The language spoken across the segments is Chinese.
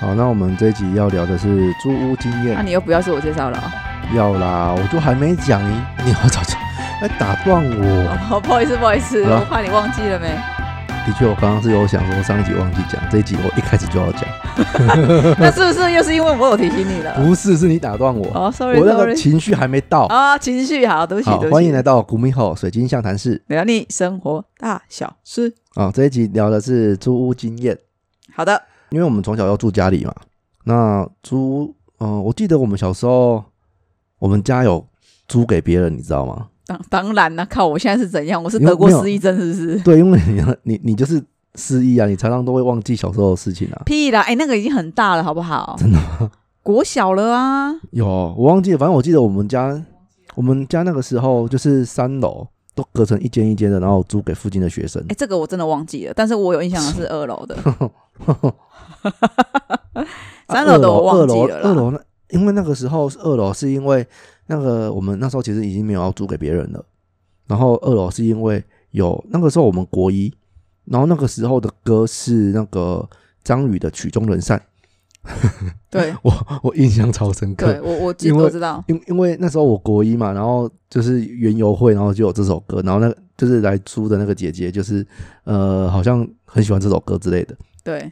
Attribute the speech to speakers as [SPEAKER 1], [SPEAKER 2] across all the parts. [SPEAKER 1] 好，那我们这一集要聊的是租屋经验。
[SPEAKER 2] 那、你又不要自我介绍了、啊
[SPEAKER 1] 要啦，我就还没讲，你你要早讲，来打断我。
[SPEAKER 2] 哦。不好意思，不好意思，
[SPEAKER 1] 好了
[SPEAKER 2] 我怕你忘记了没？
[SPEAKER 1] 的确，我刚刚是有想说上一集忘记讲，这一集我一开始就要讲。
[SPEAKER 2] 那是不是又是因为我有提醒你了？
[SPEAKER 1] 不是，是你打断我，
[SPEAKER 2] 哦，sorry
[SPEAKER 1] 啊我那个
[SPEAKER 2] sorry，
[SPEAKER 1] 情绪还没到。
[SPEAKER 2] 啊，情绪好，对不起，
[SPEAKER 1] 好
[SPEAKER 2] 对不，起。
[SPEAKER 1] 欢迎来到古米吼水晶象谈室
[SPEAKER 2] 聊你生活大小事。
[SPEAKER 1] 啊、这一集聊的是租屋经验，
[SPEAKER 2] 好的，
[SPEAKER 1] 因为我们从小要住家里嘛。那租屋，嗯、我记得我们小时候，我们家有租给别人，你知道吗？
[SPEAKER 2] 当当然啦、靠，我现在是怎样？我是
[SPEAKER 1] 你有
[SPEAKER 2] 德国
[SPEAKER 1] 没有
[SPEAKER 2] 失忆症是不 是？
[SPEAKER 1] 对，因为你你你就是失忆啊，你常常都会忘记小时候的事情啊。
[SPEAKER 2] 屁啦，哎、那个已经很大了，好不好？真的国小了啊，
[SPEAKER 1] 有，我忘记了，反正我记得我们家我们家那个时候就是三楼都隔成一间一间的，然后租给附近的学生
[SPEAKER 2] 哎、。这个我真的忘记了，但是我有印象的是二楼的，三楼的我忘记了
[SPEAKER 1] 啊二楼
[SPEAKER 2] 啦
[SPEAKER 1] 二楼那因为那个时候是二楼是因为那个我们那时候其实已经没有要租给别人了，然后二楼是因为有那个时候我们国一，然后那个时候的歌是那个张宇的《曲终人散》，
[SPEAKER 2] 对
[SPEAKER 1] 我我印象超深刻。
[SPEAKER 2] 对，我我记
[SPEAKER 1] 因为
[SPEAKER 2] 我知道，
[SPEAKER 1] 因因为那时候我国一嘛，然后就是园游会，然后就有这首歌，然后那就是来租的那个姐姐，就是呃，好像很喜欢这首歌之类的，
[SPEAKER 2] 对，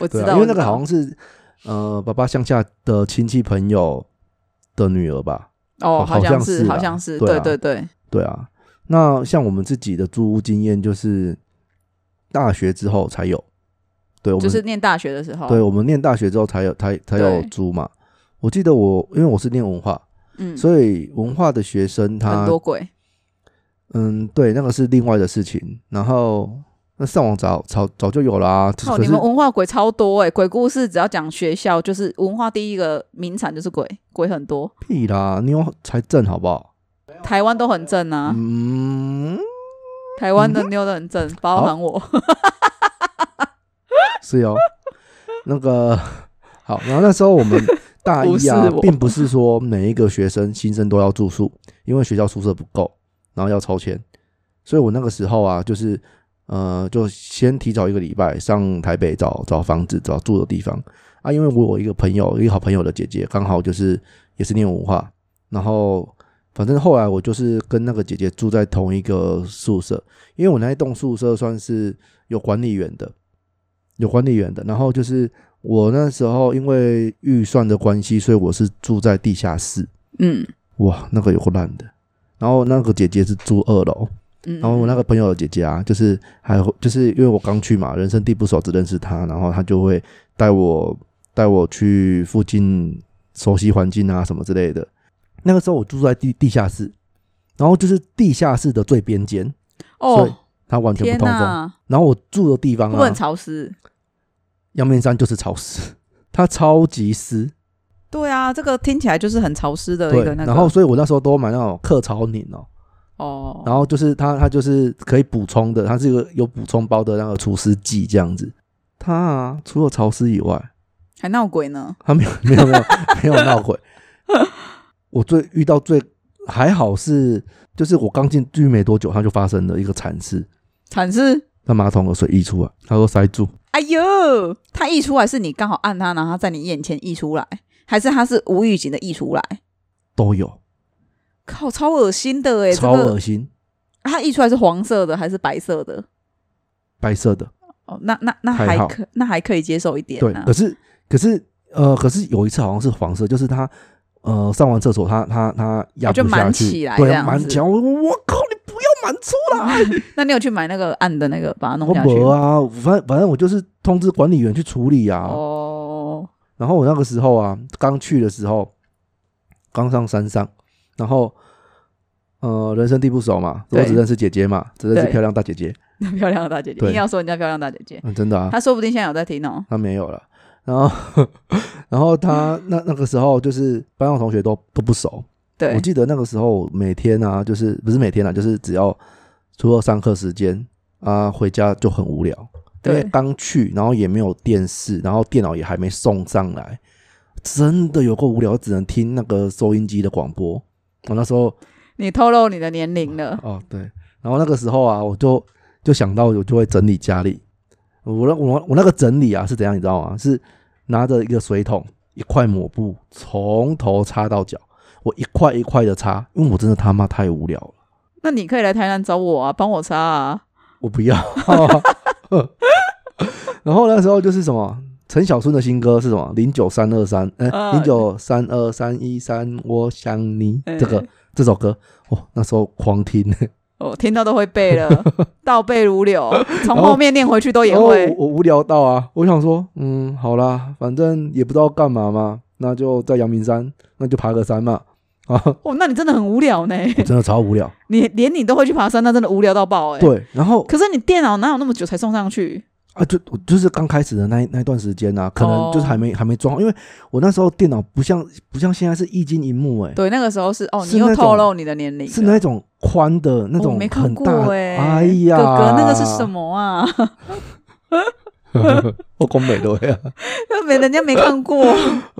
[SPEAKER 2] 我知
[SPEAKER 1] 对、
[SPEAKER 2] 道，
[SPEAKER 1] 啊，因为那个
[SPEAKER 2] 我知道
[SPEAKER 1] 好像是呃，爸爸乡下的亲戚朋友的女儿吧，
[SPEAKER 2] 哦，
[SPEAKER 1] 好
[SPEAKER 2] 像
[SPEAKER 1] 像是啊
[SPEAKER 2] 好像是，
[SPEAKER 1] 对
[SPEAKER 2] 对
[SPEAKER 1] 啊
[SPEAKER 2] 对对，
[SPEAKER 1] 对啊。那像我们自己的租屋经验，就是大学之后才有，对，我们
[SPEAKER 2] 就是念大学的时候，
[SPEAKER 1] 对我们念大学之后才有，才才有
[SPEAKER 2] 对
[SPEAKER 1] 租嘛。我记得我因为我是念文化，
[SPEAKER 2] 嗯，
[SPEAKER 1] 所以文化的学生他
[SPEAKER 2] 很多鬼，
[SPEAKER 1] 嗯，对，那个是另外的事情。然后那上网找早早就有啦、可
[SPEAKER 2] 靠，哦你
[SPEAKER 1] 是
[SPEAKER 2] 们文化鬼超多哎、鬼故事只要讲学校，就是文化第一个名产就是鬼，鬼很多，
[SPEAKER 1] 屁啦，你有才正好不好？
[SPEAKER 2] 台湾都很正啊，
[SPEAKER 1] 嗯，
[SPEAKER 2] 台湾的妞都很正，包含我，
[SPEAKER 1] 是哦。那个 好，然后那时候我们大一啊
[SPEAKER 2] 不是，我
[SPEAKER 1] 并不是说每一个学生新生都要住宿，因为学校宿舍不够，然后要抽签。所以我那个时候啊，就是呃，就先提早一个礼拜上台北找找房子、找住的地方啊。因为我有一个朋友，一个好朋友的姐姐，刚好就是也是念文化，然后反正后来我就是跟那个姐姐住在同一个宿舍，因为我那一栋宿舍算是有管理员的，有管理员的。然后就是我那时候因为预算的关系，所以我是住在地下室，
[SPEAKER 2] 嗯
[SPEAKER 1] 哇，那个有够烂的。然后那个姐姐是住二楼，
[SPEAKER 2] 嗯，
[SPEAKER 1] 然后我那个朋友的姐姐啊，就是还会就是因为我刚去嘛，人生地不熟，只认识她，然后她就会带我带我去附近熟悉环境啊什么之类的。那个时候我住在地地下室，然后就是地下室的最边间，所以
[SPEAKER 2] 哦，
[SPEAKER 1] 它完全
[SPEAKER 2] 天
[SPEAKER 1] 不通风。啊
[SPEAKER 2] 哪，
[SPEAKER 1] 然后我住的地方
[SPEAKER 2] 会不会
[SPEAKER 1] 啊
[SPEAKER 2] 很，潮湿？
[SPEAKER 1] 阳明山就是潮湿， 它超级湿。
[SPEAKER 2] 对啊，这个听起来就是很潮湿的一
[SPEAKER 1] 对，
[SPEAKER 2] 个那个，
[SPEAKER 1] 然后所以我那时候都买那种克潮拧哦，
[SPEAKER 2] 哦，
[SPEAKER 1] 然后就是它，它就是可以补充的，它是一个有补充包的那个除湿剂这样子。它啊，除了潮湿以外，
[SPEAKER 2] 还闹鬼呢，
[SPEAKER 1] 它没有 没有没有没有闹鬼。我最遇到最还好是，就是我刚进去没多久，它就发生了一个惨事，
[SPEAKER 2] 惨是。
[SPEAKER 1] 那马桶的水溢出来，他说塞住，
[SPEAKER 2] 哎呦，它溢出来是你刚好按它，然后它在你眼前溢出来，还是它是无预警的溢出来？
[SPEAKER 1] 都有，
[SPEAKER 2] 靠，超恶心的哎、欸！
[SPEAKER 1] 超
[SPEAKER 2] 这
[SPEAKER 1] 恶
[SPEAKER 2] 个
[SPEAKER 1] 心，
[SPEAKER 2] 它溢出来是黄色的还是白色的？
[SPEAKER 1] 白色的。
[SPEAKER 2] 哦，那那那
[SPEAKER 1] 还
[SPEAKER 2] 还
[SPEAKER 1] 好
[SPEAKER 2] 可那还可以接受一点、
[SPEAKER 1] 对，
[SPEAKER 2] 啊。
[SPEAKER 1] 可，是可是呃，可是有一次好像是黄色，就是他呃上完厕所，他他他压
[SPEAKER 2] 哦就
[SPEAKER 1] 不下
[SPEAKER 2] 瞒
[SPEAKER 1] 去，
[SPEAKER 2] 起来这
[SPEAKER 1] 对，
[SPEAKER 2] 样
[SPEAKER 1] 满
[SPEAKER 2] 子
[SPEAKER 1] 起来。我我靠，你不要瞒出来！
[SPEAKER 2] 那你有去买那个暗的那个把它弄
[SPEAKER 1] 我
[SPEAKER 2] 下去
[SPEAKER 1] 没
[SPEAKER 2] 吗？
[SPEAKER 1] 啊，反正反正我就是通知管理员去处理啊。
[SPEAKER 2] 哦，
[SPEAKER 1] 然后我那个时候啊，刚去的时候，刚上山上，然后呃人生地不熟嘛，我
[SPEAKER 2] 对
[SPEAKER 1] 只认识姐姐嘛，只认识
[SPEAKER 2] 对
[SPEAKER 1] 漂亮大姐姐，
[SPEAKER 2] 那漂亮的大姐姐，
[SPEAKER 1] 对
[SPEAKER 2] 一定要说人家漂亮大姐姐，
[SPEAKER 1] 嗯，真的啊，
[SPEAKER 2] 她说不定现在有在听哦。
[SPEAKER 1] 他没有了。然后， 然后他那那个时候就是班上同学都都不熟，
[SPEAKER 2] 对
[SPEAKER 1] 我，记得那个时候每天啊，就是不是每天啊，就是只要除了上课时间啊，回家就很无聊。因为
[SPEAKER 2] 对
[SPEAKER 1] 刚去，然后也没有电视，然后电脑也还没送上来，真的有够无聊，只能听那个收音机的广播。我那时候
[SPEAKER 2] 你透露你的年龄了，
[SPEAKER 1] 哦对，然后那个时候啊，我就就想到我就会整理家里。我那我我那个整理啊是怎样，你知道吗？是拿着一个水桶，一块抹布，从头擦到脚，我一块一块的擦，因为我真的他妈太无聊了，
[SPEAKER 2] 那你可以来台南找我啊，帮我擦啊。
[SPEAKER 1] 我不要。 然后那时候就是什么，陈小春的新歌是什么？零九三二三，呃，
[SPEAKER 2] 啊
[SPEAKER 1] 零九三二三一三，我想你，
[SPEAKER 2] 嗯
[SPEAKER 1] 这个这首歌，哦，那时候狂听，
[SPEAKER 2] 我哦听到都会 背了，倒背如流，从
[SPEAKER 1] 然后
[SPEAKER 2] 后面念回去都也
[SPEAKER 1] 然后
[SPEAKER 2] 会
[SPEAKER 1] 我。我无聊到啊，我想说，嗯，好啦，反正也不知道干嘛嘛，那就在阳明山，那就爬个山嘛。 啊，
[SPEAKER 2] 哦，那你真的很无聊呢，
[SPEAKER 1] 我真的超无聊。
[SPEAKER 2] 你连你都会去爬山，那真的无聊到爆哎、
[SPEAKER 1] 对，然后
[SPEAKER 2] 可是你电脑哪有那么久才送上去？
[SPEAKER 1] 啊，就我就是刚开始的那一那一段时间啊，可能就是
[SPEAKER 2] 哦
[SPEAKER 1] 还没、还没装好，因为我那时候电脑不像不像现在是一晶一幕、欸，
[SPEAKER 2] 对，那个时候是哦，
[SPEAKER 1] 是
[SPEAKER 2] 你又
[SPEAKER 1] 那种
[SPEAKER 2] 透露你的年龄了，
[SPEAKER 1] 是那种宽的那
[SPEAKER 2] 我
[SPEAKER 1] 种
[SPEAKER 2] 没看
[SPEAKER 1] 很
[SPEAKER 2] 过
[SPEAKER 1] 大，
[SPEAKER 2] 哎、
[SPEAKER 1] 哎呀，
[SPEAKER 2] 哥哥那个是什？ 么啊？
[SPEAKER 1] 我光美都呀，
[SPEAKER 2] 没人家没看过。
[SPEAKER 1] 呃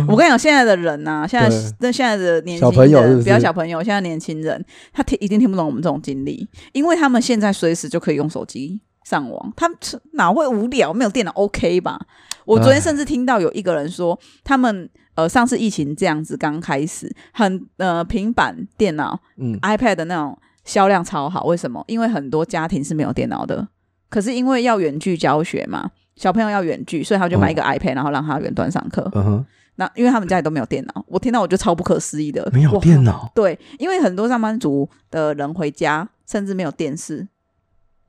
[SPEAKER 1] 嗯、
[SPEAKER 2] 我跟你讲，现在的人呐、现在
[SPEAKER 1] 对
[SPEAKER 2] 那现在的年轻人，
[SPEAKER 1] 小朋友是不是
[SPEAKER 2] 要小朋友，现在年轻人他听一定听不懂我们这种经历，因为他们现在随时就可以用手机上网，他们是哪会无聊？没有电脑 OK 吧？我昨
[SPEAKER 1] 唉
[SPEAKER 2] 天甚至听到有一个人说，他们呃上次疫情这样子刚开始，很呃平板电脑
[SPEAKER 1] 嗯，
[SPEAKER 2] iPad 的那种销量超好，为什么？因为很多家庭是没有电脑的，可是因为要远距教学嘛，小朋友要远距，所以他就买
[SPEAKER 1] 哦
[SPEAKER 2] 一个 iPad，、然后让他远端上课。
[SPEAKER 1] 嗯哼，
[SPEAKER 2] 那因为他们家里都没有电脑，我听到我就超不可思议的，
[SPEAKER 1] 没有
[SPEAKER 2] 哇
[SPEAKER 1] 电脑，
[SPEAKER 2] 对，因为很多上班族的人回家甚至没有电视，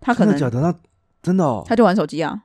[SPEAKER 2] 他可
[SPEAKER 1] 真
[SPEAKER 2] 能
[SPEAKER 1] 的假的？那真的、哦，
[SPEAKER 2] 他就玩手机啊。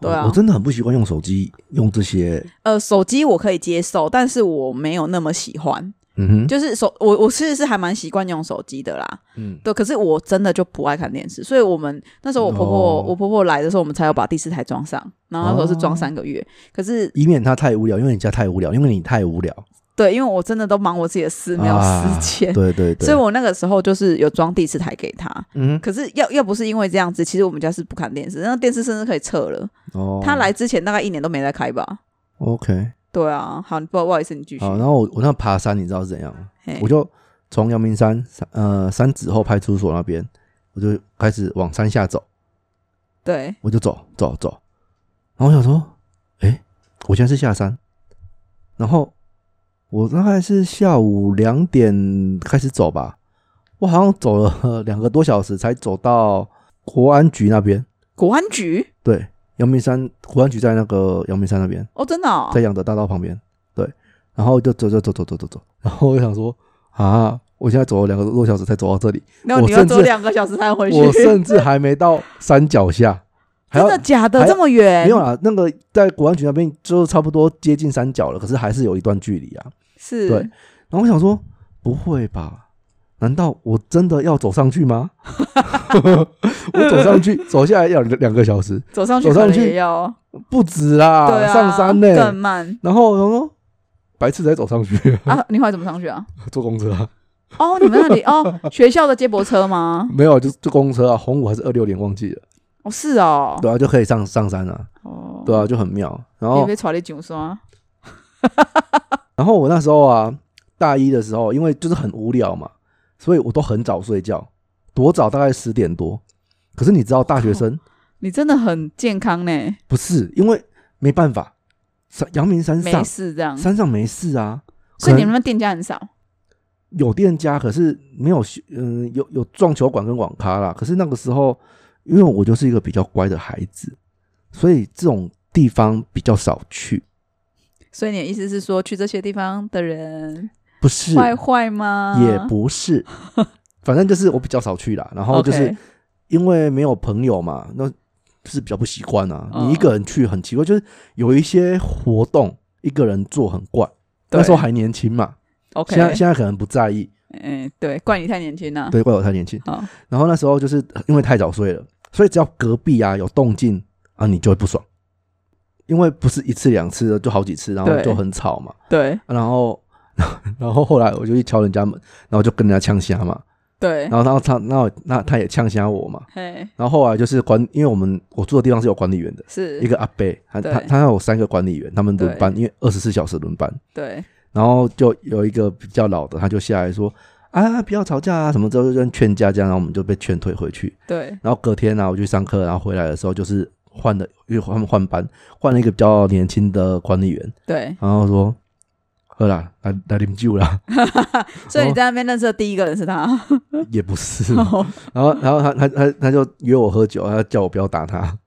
[SPEAKER 2] 对啊
[SPEAKER 1] 我真的很不习惯用手机用这些，
[SPEAKER 2] 呃，手机我可以接受，但是我没有那么喜欢。
[SPEAKER 1] 嗯哼，
[SPEAKER 2] 就是手，我我其实是还蛮习惯用手机的啦。
[SPEAKER 1] 嗯，
[SPEAKER 2] 对，可是我真的就不爱看电视，所以我们那时候我婆婆、
[SPEAKER 1] 哦
[SPEAKER 2] 我婆婆来的时候，我们才有把第四台装上，然后那时候是装三个月。可是
[SPEAKER 1] 以免他太无聊，因为你家太无聊，因为你太无聊，
[SPEAKER 2] 对，因为我真的都忙我自己的事，没有
[SPEAKER 1] 啊
[SPEAKER 2] 时间，
[SPEAKER 1] 对对对，
[SPEAKER 2] 所以我那个时候就是有装第四台给她。
[SPEAKER 1] 嗯
[SPEAKER 2] 可是要要不是因为这样子，其实我们家是不看电视，那电视甚至可以撤了。
[SPEAKER 1] 哦，
[SPEAKER 2] 她来之前大概一年都没再开吧。
[SPEAKER 1] ，OK，
[SPEAKER 2] 对啊，好，不不好意思，你继续。哎
[SPEAKER 1] 好，然后我我那爬山你知道是怎样吗？
[SPEAKER 2] 嘿
[SPEAKER 1] 我就从阳明山呃山子后派出所那边，我就开始往山下走，
[SPEAKER 2] 对，
[SPEAKER 1] 我就走走走，然后我想说，哎、我现在是下山，然后我大概是下午两点开始走吧，我好像走了呃两个多小时才走到国安局那边，
[SPEAKER 2] 国安局
[SPEAKER 1] 对，阳明山国安局在那个阳明山那边，
[SPEAKER 2] 哦，真的、哦
[SPEAKER 1] 在养德大道旁边，对，然后就走走走走走走走，然后我想说啊，我现在走了两个多小时才走到这里，
[SPEAKER 2] 然后
[SPEAKER 1] 我
[SPEAKER 2] 你要
[SPEAKER 1] 甚
[SPEAKER 2] 走
[SPEAKER 1] 至
[SPEAKER 2] 两个小时才回去，
[SPEAKER 1] 我甚至还没到山脚下，还
[SPEAKER 2] 真
[SPEAKER 1] 要
[SPEAKER 2] 的假的？
[SPEAKER 1] 还要
[SPEAKER 2] 这么远？
[SPEAKER 1] 没有啊啦，那个在国安局那边就差不多接近山脚了，可是还是有一段距离啊。
[SPEAKER 2] 是，
[SPEAKER 1] 对然后我想说，不会吧？难道我真的要走上去吗？ 我走上去，走下来要两两个小时，
[SPEAKER 2] 走上去
[SPEAKER 1] 走上
[SPEAKER 2] 可能
[SPEAKER 1] 去
[SPEAKER 2] 也要，
[SPEAKER 1] 不止啦，
[SPEAKER 2] 对啊，
[SPEAKER 1] 上山呢、
[SPEAKER 2] 更慢
[SPEAKER 1] 然后我想说，白痴才走上去，
[SPEAKER 2] 啊！你后来怎么上去啊？
[SPEAKER 1] 坐公车啊、
[SPEAKER 2] 哦，你们那里 哦，学校的接驳车吗？
[SPEAKER 1] 没有，就就公车啊，红五还是二六零忘记了，
[SPEAKER 2] 哦，是哦，
[SPEAKER 1] 对啊，就可以上上山啊，
[SPEAKER 2] 哦，
[SPEAKER 1] 对啊，就很妙。然
[SPEAKER 2] 你
[SPEAKER 1] 后
[SPEAKER 2] 被传你上山，
[SPEAKER 1] 然后我那时候啊，大一的时候，因为就是很无聊嘛，所以我都很早睡觉，多早大概十点多。可是你知道，大学 生
[SPEAKER 2] 你真的很健康呢，
[SPEAKER 1] 不是因为没办法，山阳明山
[SPEAKER 2] 没
[SPEAKER 1] 上
[SPEAKER 2] 事这样，
[SPEAKER 1] 山上没事啊，
[SPEAKER 2] 所以
[SPEAKER 1] 可能
[SPEAKER 2] 你们那店家很少
[SPEAKER 1] 有店家，可是没有嗯、有有撞球馆跟网咖啦。可是那个时候，因为我就是一个比较乖的孩子，所以这种地方比较少去。
[SPEAKER 2] 所以你的意思是说，去这些地方的人
[SPEAKER 1] 不是，
[SPEAKER 2] 坏坏吗？
[SPEAKER 1] 也不是，反正就是我比较少去啦。然后就是
[SPEAKER 2] OK，
[SPEAKER 1] 因为没有朋友嘛，那就是比较不习惯啊。
[SPEAKER 2] 嗯
[SPEAKER 1] 你一个人去很奇怪，就是有一些活动一个人做很怪。
[SPEAKER 2] 对
[SPEAKER 1] 那时候还年轻嘛，
[SPEAKER 2] OK，
[SPEAKER 1] 现在现在可能不在意，
[SPEAKER 2] 嗯，对，怪你太年轻啊哦了。
[SPEAKER 1] 对，怪我太年轻。
[SPEAKER 2] 好，
[SPEAKER 1] 然后那时候就是因为太早睡了，所以只要隔壁啊有动静啊，你就会不爽，因为不是一次两次的，就好几次，然后
[SPEAKER 2] 对
[SPEAKER 1] 就很吵嘛。
[SPEAKER 2] 对
[SPEAKER 1] 啊然后 然后后来我就去敲人家门，然后就跟人家呛虾嘛。
[SPEAKER 2] 对，
[SPEAKER 1] 然后然后他那那他也呛瞎我嘛。
[SPEAKER 2] 嘿，
[SPEAKER 1] 然后后来就是管，因为我们我住的地方是有管理员的，
[SPEAKER 2] 是
[SPEAKER 1] 一个阿伯，他
[SPEAKER 2] 对
[SPEAKER 1] 他他有三个管理员，他们轮班，
[SPEAKER 2] 对
[SPEAKER 1] 因为二十四小时轮班。
[SPEAKER 2] 对，
[SPEAKER 1] 然后就有一个比较老的，他就下来说啊，不要吵架啊，什么之后就跟劝架这样，然后我们就被劝退回去。
[SPEAKER 2] 对，
[SPEAKER 1] 然后隔天呢、啊，我去上课，然后回来的时候就是换了，因为他们换班，换了一个比较年轻的管理员，
[SPEAKER 2] 对，
[SPEAKER 1] 然后说：“喝啦，来来啉酒啦。 哦
[SPEAKER 2] 所以你在那边认识的第一个人是他，”
[SPEAKER 1] 也不是，
[SPEAKER 2] 哦
[SPEAKER 1] 然后然后他他他他就约我喝酒，他叫我不要打 他，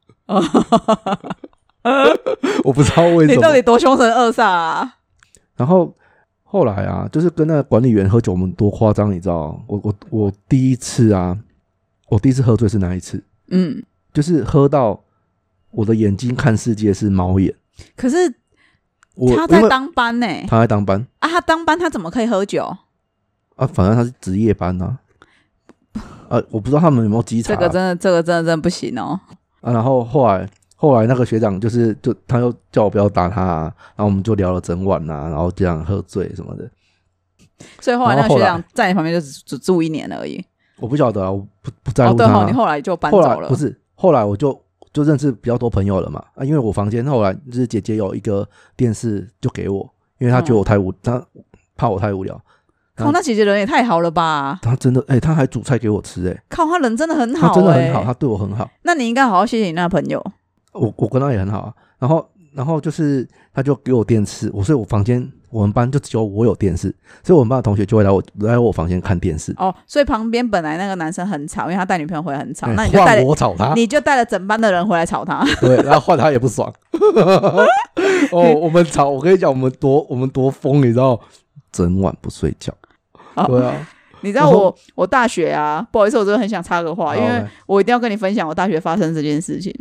[SPEAKER 1] 我不知道为
[SPEAKER 2] 你
[SPEAKER 1] 什
[SPEAKER 2] 到
[SPEAKER 1] 么。
[SPEAKER 2] 底多凶神恶煞啊？
[SPEAKER 1] 然后后来啊，就是跟那个管理员喝酒，我们多夸张，你知道？我我我第一次啊，我第一次喝醉是哪一次？
[SPEAKER 2] 嗯，
[SPEAKER 1] 就是喝到我的眼睛看世界是猫眼，
[SPEAKER 2] 可是
[SPEAKER 1] 我
[SPEAKER 2] 他
[SPEAKER 1] 因
[SPEAKER 2] 在
[SPEAKER 1] 为
[SPEAKER 2] 当班呢、
[SPEAKER 1] 他在当班
[SPEAKER 2] 啊，他当班他怎么可以喝酒？
[SPEAKER 1] 啊，反正他是值夜班 呐、啊，我不知道他们有没有稽查
[SPEAKER 2] 这
[SPEAKER 1] 啊、
[SPEAKER 2] 个真的，这个真的真的不行哦。
[SPEAKER 1] 啊，然后后来后来那个学长就是就他又叫我不要打他、啊，然后我们就聊了整晚呐、然后这样喝醉什么的，
[SPEAKER 2] 所以后来那
[SPEAKER 1] 然
[SPEAKER 2] 个
[SPEAKER 1] 后后
[SPEAKER 2] 学
[SPEAKER 1] 来
[SPEAKER 2] 长在你旁边就只只住一年而已。
[SPEAKER 1] 我不晓得啊，我不不在
[SPEAKER 2] 哦，
[SPEAKER 1] 乎
[SPEAKER 2] 对
[SPEAKER 1] 他啊、
[SPEAKER 2] 哦，你后来就搬
[SPEAKER 1] 后
[SPEAKER 2] 走
[SPEAKER 1] 来
[SPEAKER 2] 了。
[SPEAKER 1] 不是后来我就就认识比较多朋友了嘛啊，因为我房间后来就是姐姐有一个电视就给我，因为她觉
[SPEAKER 2] 嗯
[SPEAKER 1] 得我太无，她怕我太无聊，
[SPEAKER 2] 靠，那姐姐人也太好了吧？
[SPEAKER 1] 她真的哎、她还煮菜给我吃哎、
[SPEAKER 2] 靠，她人真的很好、
[SPEAKER 1] 她
[SPEAKER 2] 欸，
[SPEAKER 1] 真的很好，她对我很好。
[SPEAKER 2] 那你应该好好谢谢你那朋友。
[SPEAKER 1] 我我跟他也很好啊。然后然后就是他就给我电视，我所以我房间我们班就只有我有电视，所以我们班的同学就会来我来我房间看电视。
[SPEAKER 2] 哦，所以旁边本来那个男生很吵，因为他带女朋友回来很吵，
[SPEAKER 1] 哎
[SPEAKER 2] 那你就带
[SPEAKER 1] 换
[SPEAKER 2] 了
[SPEAKER 1] 我找他，
[SPEAKER 2] 你就带了整班的人回来吵他。
[SPEAKER 1] 对，然后换他也不 爽。哦，我们吵，我跟你讲，我们多我们多疯，你知道，整晚不睡觉。
[SPEAKER 2] 哦
[SPEAKER 1] 对啊，
[SPEAKER 2] 你知道我我大学啊，不好意思，我真的很想插个话，因
[SPEAKER 1] 好
[SPEAKER 2] 为
[SPEAKER 1] 来
[SPEAKER 2] 我一定要跟你分享我大学发生这件事情。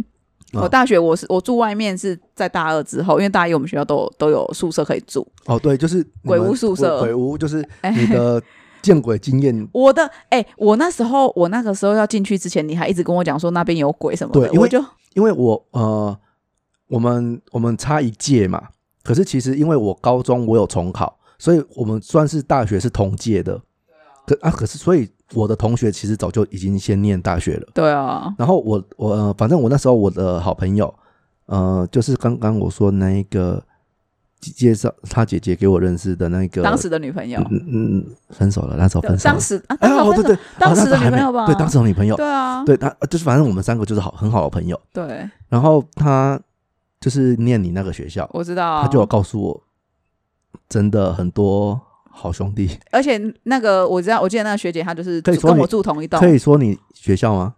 [SPEAKER 1] 哦
[SPEAKER 2] 我大学我是我住外面是在大二之后，因为大一我们学校都有都有宿舍可以住。
[SPEAKER 1] 哦对，就是你们
[SPEAKER 2] 鬼屋宿舍哎
[SPEAKER 1] 鬼鬼屋就是你的见鬼经验。
[SPEAKER 2] 我的哎、我那时候我那个时候要进去之前，你还一直跟我讲说那边有鬼什么的，
[SPEAKER 1] 对因为
[SPEAKER 2] 我就
[SPEAKER 1] 因为我呃，我们呃我们差一届嘛，可是其实因为我高中我有重考，所以我们算是大学是同届的。可啊，可是所以我的同学其实早就已经先念大学了。
[SPEAKER 2] 对啊，
[SPEAKER 1] 然后我我、呃、反正我那时候我的好朋友，呃，就是刚刚我说那一个介绍他姐姐给我认识的那个，
[SPEAKER 2] 当时的女朋友，
[SPEAKER 1] 呃嗯嗯嗯分手了，那时候分手了，
[SPEAKER 2] 当时啊，
[SPEAKER 1] 哎
[SPEAKER 2] 当时
[SPEAKER 1] 哦
[SPEAKER 2] 分
[SPEAKER 1] 对
[SPEAKER 2] 手，
[SPEAKER 1] 对，
[SPEAKER 2] 当时的
[SPEAKER 1] 哦那还没
[SPEAKER 2] 女朋友吧
[SPEAKER 1] 对当时的女朋友，
[SPEAKER 2] 对啊，
[SPEAKER 1] 对他就是反正我们三个就是好很好的朋友。
[SPEAKER 2] 对，
[SPEAKER 1] 然后他就是念你那个学校，
[SPEAKER 2] 我知道啊，
[SPEAKER 1] 他就有告诉我，真的很多好兄弟，
[SPEAKER 2] 而且那个我知道，我记得那个学姐她就是
[SPEAKER 1] 可以
[SPEAKER 2] 住
[SPEAKER 1] 说
[SPEAKER 2] 跟
[SPEAKER 1] 你
[SPEAKER 2] 我住同一栋，
[SPEAKER 1] 可以说你学校吗？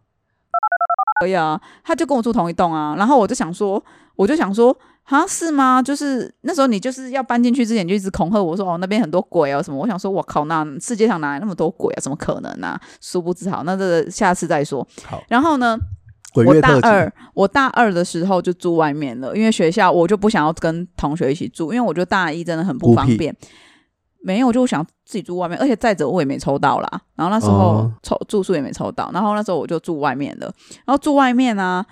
[SPEAKER 2] 可以啊，她就跟我住同一栋啊。然后我就想说，我就想说，哈是吗？就是那时候你就是要搬进去之前你就一直恐吓我说，哦那边很多鬼啊什么。我想说，我靠，那世界上哪来那么多鬼啊？怎么可能啊？殊不知好，那这个下次再说。
[SPEAKER 1] 好，
[SPEAKER 2] 然后呢，
[SPEAKER 1] 鬼
[SPEAKER 2] 我
[SPEAKER 1] 月
[SPEAKER 2] 大
[SPEAKER 1] 特辑
[SPEAKER 2] 二，我大二的时候就住外面了，因为学校我就不想要跟同学一起住，因为我觉得大一真的很不
[SPEAKER 1] 孤
[SPEAKER 2] 方
[SPEAKER 1] 僻
[SPEAKER 2] 便。没有，我就想自己住外面，而且再者我也没抽到啦。然后那时候
[SPEAKER 1] 哦
[SPEAKER 2] 抽、住宿也没抽到，然后那时候我就住外面了。然后住外面啊，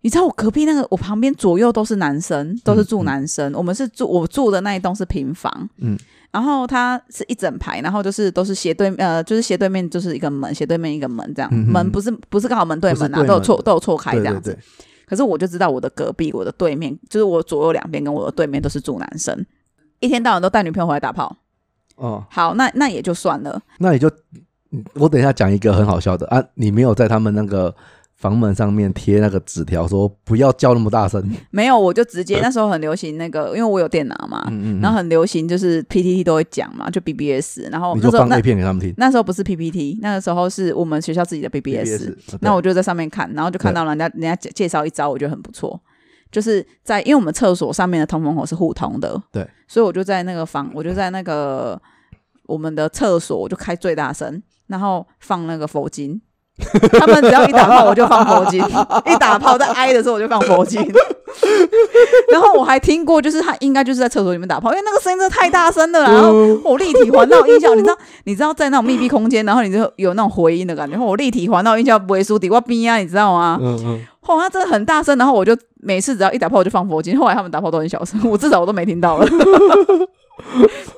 [SPEAKER 2] 你知道我隔壁那个，我旁边左右都是男生，都是住男生。我们是住我住的那一栋是平房，
[SPEAKER 1] 嗯，
[SPEAKER 2] 然后它是一整排，然后就是都是斜对呃，就是斜对面就是一个门，斜对面一个门这样，
[SPEAKER 1] 嗯哼
[SPEAKER 2] 门不是不是刚好门对门
[SPEAKER 1] 不是
[SPEAKER 2] 啊，
[SPEAKER 1] 对门
[SPEAKER 2] 都有错都有错开
[SPEAKER 1] 对
[SPEAKER 2] 这样
[SPEAKER 1] 对
[SPEAKER 2] 子。
[SPEAKER 1] 对，
[SPEAKER 2] 可是我就知道我的隔壁、我的对面，就是我左右两边跟我的对面都是住男生，一天到晚都带女朋友回来打炮。
[SPEAKER 1] 哦，
[SPEAKER 2] 好，那那也就算了。
[SPEAKER 1] 那你就，嗯我等一下讲一个很好笑的啊，你没有在他们那个房门上面贴那个纸条说不要叫那么大声，
[SPEAKER 2] 没有，我就 直接那时候很流行那个，因为我有电脑嘛，
[SPEAKER 1] 嗯嗯，
[SPEAKER 2] 啊然后很流行就是 PPT 都会讲嘛，就 BBS，然后
[SPEAKER 1] 你
[SPEAKER 2] 那
[SPEAKER 1] 就
[SPEAKER 2] 时候
[SPEAKER 1] 放
[SPEAKER 2] 那
[SPEAKER 1] A 片给他们听
[SPEAKER 2] 那时候不是 PPT，那个时候是我们学校自己的 BBS。
[SPEAKER 1] BBS
[SPEAKER 2] 那
[SPEAKER 1] 对
[SPEAKER 2] 我就在上面看，然后就看到人家人家介介绍一招，我觉得很不错，就是在因为我们厕所上面的通风口是互通的，
[SPEAKER 1] 对，
[SPEAKER 2] 所以我就在那个房，我就在那个我们的厕所，我就开最大声，然后放那个佛经。 他们只要一打炮，我就放佛经；一打炮在挨的时候，我就放佛经。 然后我还听过，就是他应该就是在厕所里面打炮，因为那个声音真的太大声了啦。然后我立体环绕音效，你知道，你知道在那种密闭空间，然后你就有那种回音的感觉。然后我立体环绕音效不会输底，我边啊，你知道吗？
[SPEAKER 1] 嗯嗯，
[SPEAKER 2] 后来他真的很大声，然后我就每次只要一打炮我就放佛经，后来他们打炮都很小声，我至少我都没听到了。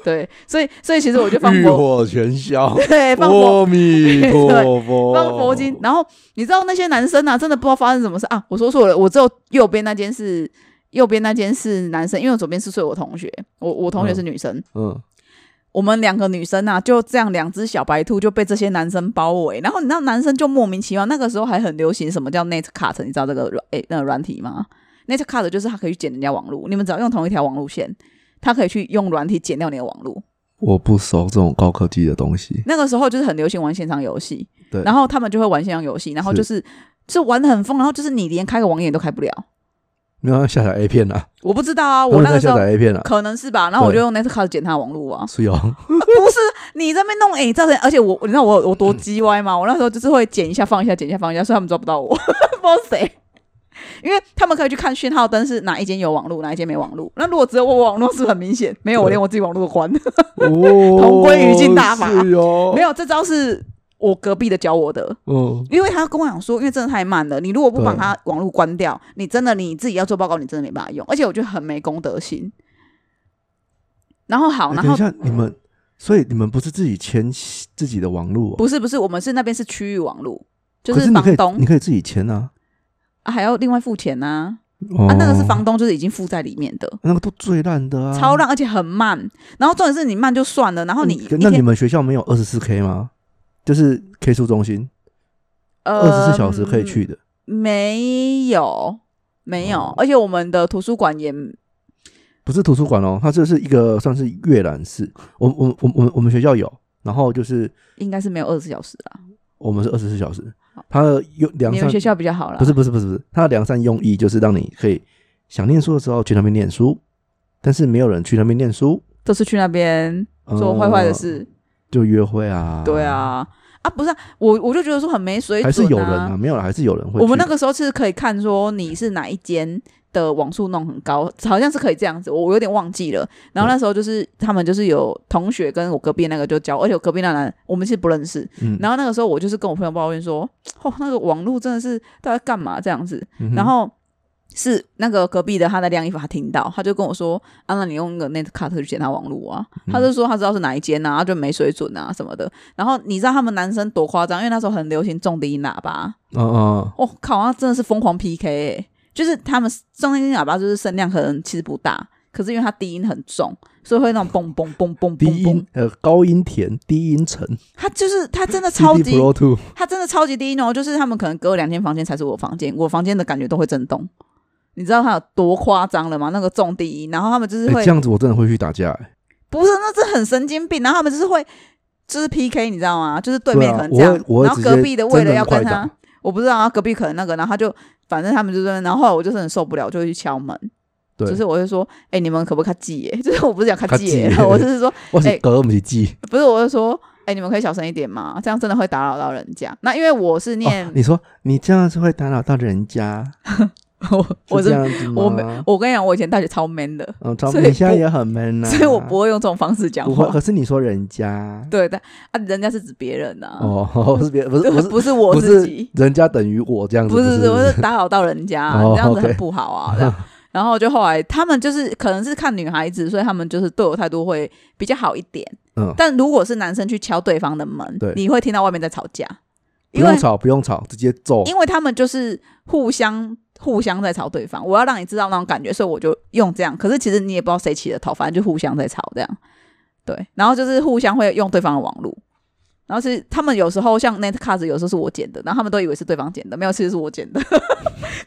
[SPEAKER 2] 对，所以所以其实我就 放
[SPEAKER 1] 浴
[SPEAKER 2] 佛，
[SPEAKER 1] 火全 消，
[SPEAKER 2] 对，放佛。
[SPEAKER 1] 阿弥陀佛，
[SPEAKER 2] 放佛经，然后你知道那些男生啊，真的不知道发生什么事啊！我说错了，我只有右边那间是右边那间是男生，因为我左边是睡我同学，我我同学是女生，
[SPEAKER 1] 嗯，
[SPEAKER 2] 我们两个女生啊，就这样两只小白兔就被这些男生包围，然后你知道男生就莫名其妙，那个时候还很流行什么叫 net cut，你知道这个软诶、那个软体吗？net cut 就是它可以去剪人家网路，你们只要用同一条网路线，它可以去用软体剪掉你的网路。
[SPEAKER 1] 我不熟这种高科技的东西。
[SPEAKER 2] 那个时候就是很流行玩线上游戏，
[SPEAKER 1] 对
[SPEAKER 2] 然后他们就会玩线上游戏，然后就是就玩的很疯，然后就是你连开个网页都开不了。
[SPEAKER 1] 没有下载 A 片啊，
[SPEAKER 2] 我不知道啊，
[SPEAKER 1] 他
[SPEAKER 2] 我
[SPEAKER 1] 们
[SPEAKER 2] 那
[SPEAKER 1] 在
[SPEAKER 2] 个时
[SPEAKER 1] 下
[SPEAKER 2] 候
[SPEAKER 1] 载 A 片啊，
[SPEAKER 2] 可能是吧，然后我
[SPEAKER 1] 对
[SPEAKER 2] 就用 net cut 剪他的网路啊。
[SPEAKER 1] 是 哦，
[SPEAKER 2] 不是你这边弄哎、造成而且我你知道我有我多鸡歪吗？我那时候就是会剪一下放一下，剪一下放一下，所以他们抓不到我，不 知道谁。因为他们可以去看讯号灯是哪一间有网络，哪一间没网络。那如果只有我网络是不是很明显，没有我连我自己网络都关。
[SPEAKER 1] 同
[SPEAKER 2] 归于尽大法
[SPEAKER 1] 哦是哦，
[SPEAKER 2] 没有这招是我隔壁的教我的，
[SPEAKER 1] 嗯，
[SPEAKER 2] 因为他跟我讲说，因为真的太慢了，你如果不把它网络关掉，你真的你自己要做报告，你真的没办法用。而且我觉得很没公德心。然后好，
[SPEAKER 1] 哎
[SPEAKER 2] 然
[SPEAKER 1] 等
[SPEAKER 2] 后
[SPEAKER 1] 一下你们，所以你们不是自己签自己的网络哦，
[SPEAKER 2] 不是不是，我们是那边是区域网络，就
[SPEAKER 1] 可是你可
[SPEAKER 2] 房
[SPEAKER 1] 以
[SPEAKER 2] 东
[SPEAKER 1] 你可以自己签啊，
[SPEAKER 2] 啊还要另外付钱呐、啊。
[SPEAKER 1] 哦
[SPEAKER 2] 那个是房东，就是已经付在里面的，
[SPEAKER 1] 那个都最烂的啊，
[SPEAKER 2] 超。烂，而且很慢。然后重点是你慢就算了，然后你一
[SPEAKER 1] 嗯那你
[SPEAKER 2] 天
[SPEAKER 1] 们学校没有二十四 K 吗？就是 K 数中心，
[SPEAKER 2] 呃
[SPEAKER 1] 二十四小时可以去的。
[SPEAKER 2] 没有没有
[SPEAKER 1] 哦，
[SPEAKER 2] 而且我们的图书馆也
[SPEAKER 1] 不是图书馆哦，它这是一个算是阅览室。我我我我我们学校有，然后就是
[SPEAKER 2] 应该是没有二十四小时啦。
[SPEAKER 1] 我们是二十四小时。它的用良
[SPEAKER 2] 你
[SPEAKER 1] 善
[SPEAKER 2] 们学校比较好啦，
[SPEAKER 1] 不是不是不是不是，它的良善用意就是让你可以想念书的时候去那边念书，但是没有人去那边念书，
[SPEAKER 2] 都是去那边
[SPEAKER 1] 呃
[SPEAKER 2] 做坏坏的事。
[SPEAKER 1] 就约会啊。
[SPEAKER 2] 对，啊，啊不是啊、我我就觉得说很没水准、
[SPEAKER 1] 还是有人啊，没有了还是有人会去。
[SPEAKER 2] 我们那个时候是可以看说你是哪一间的网速弄很高，好像是可以这样子，我我有点忘记了。然后那时候就是他们就是有同学跟我隔壁那个就教，而且我隔壁那男我们是不认识。
[SPEAKER 1] 嗯，
[SPEAKER 2] 然后那个时候我就是跟我朋友抱怨说，哦，那个网络真的是到底在干嘛这样子。
[SPEAKER 1] 嗯哼
[SPEAKER 2] 然后是那个隔壁的他在晾衣服，他听到，他就跟我说：“啊，那你用那个 net cut 去检查网络啊。”
[SPEAKER 1] 嗯
[SPEAKER 2] 他就说他知道是哪一间啊，就没水准啊什么的。然后你知道他们男生多夸张，因为那时候很流行重低音喇叭，
[SPEAKER 1] 嗯嗯
[SPEAKER 2] 我、哦靠，那真的是疯狂 PK 欸就是他们重低音喇叭就是声量可能其实不大，可是因为它低音很重，所以会那种嘣嘣嘣嘣
[SPEAKER 1] 低
[SPEAKER 2] 嘣嘣
[SPEAKER 1] 音，呃高音甜，低音沉
[SPEAKER 2] 它就是它真的超
[SPEAKER 1] CD
[SPEAKER 2] 级
[SPEAKER 1] Pro Two
[SPEAKER 2] 它真的超级低哦，就是他们可能隔两间房间才是我房间，我房间的感觉都会震动。你知道它有多夸张了吗？那个重低音，然后他们就是
[SPEAKER 1] 哎
[SPEAKER 2] 会，
[SPEAKER 1] 这样子我真的会去打架、哎
[SPEAKER 2] 不是，那这很神经病。然后他们就是会，就是 PK，你知道吗？就是对
[SPEAKER 1] 对
[SPEAKER 2] 面
[SPEAKER 1] 啊
[SPEAKER 2] 可能这样，
[SPEAKER 1] 我会我会
[SPEAKER 2] 然后
[SPEAKER 1] 直接
[SPEAKER 2] 隔壁的为了要跟
[SPEAKER 1] 真人快
[SPEAKER 2] 他
[SPEAKER 1] 打，
[SPEAKER 2] 我不知道啊，隔壁可能那个，然后他就反正他们就是，然后后来我就是很受不了，就会去敲门，
[SPEAKER 1] 对，
[SPEAKER 2] 就是我就说，哎、你们可不可以看季耶？ 就是我不是讲看季耶
[SPEAKER 1] 较，急
[SPEAKER 2] 我就是说，
[SPEAKER 1] 我
[SPEAKER 2] 哎
[SPEAKER 1] 是隔不是记。
[SPEAKER 2] 不是，我就说，哎、你们可以小声一点吗？这样真的会打扰到人家。那因为我是念，
[SPEAKER 1] 哦，你说你这样是会打扰到人家，
[SPEAKER 2] 我我
[SPEAKER 1] 哦是这
[SPEAKER 2] 是
[SPEAKER 1] 样子吗？
[SPEAKER 2] 我没，我跟你讲，我以前大学超 man 的，
[SPEAKER 1] 嗯，张
[SPEAKER 2] 所以
[SPEAKER 1] 你现在
[SPEAKER 2] 不
[SPEAKER 1] 也很 man 呐、
[SPEAKER 2] 所以我不会用这种方式讲
[SPEAKER 1] 不会。
[SPEAKER 2] 话。
[SPEAKER 1] 可是你说人家，
[SPEAKER 2] 对，但啊，人家是指别人呐、啊，
[SPEAKER 1] 哦， 我是别不是
[SPEAKER 2] 对
[SPEAKER 1] 不是
[SPEAKER 2] 不是我
[SPEAKER 1] 不
[SPEAKER 2] 自己
[SPEAKER 1] 是，人家等于我这样子，
[SPEAKER 2] 不
[SPEAKER 1] 是
[SPEAKER 2] 是，我是打扰到人家、
[SPEAKER 1] 哦
[SPEAKER 2] 这样子很
[SPEAKER 1] OK
[SPEAKER 2] 不好啊。这 样然后就后来他们就是可能是看女孩子，所以他们就是对我态度会比较好一点。
[SPEAKER 1] 嗯
[SPEAKER 2] 但如果是男生去敲对方的门
[SPEAKER 1] 对，
[SPEAKER 2] 你会听到外面在吵架，
[SPEAKER 1] 不
[SPEAKER 2] 因为
[SPEAKER 1] 用吵不用吵，直接揍，
[SPEAKER 2] 因为他们就是互相互相在吵对方，我要让你知道那种感觉，所以我就用这样。可是其实你也不知道谁起的头，反正就互相在吵这样。对，然后就是互相会用对方的网路，然后是他们有时候像 Netcast 有时候是我剪的，然后他们都以为是对方剪的，没有，其实是我剪的。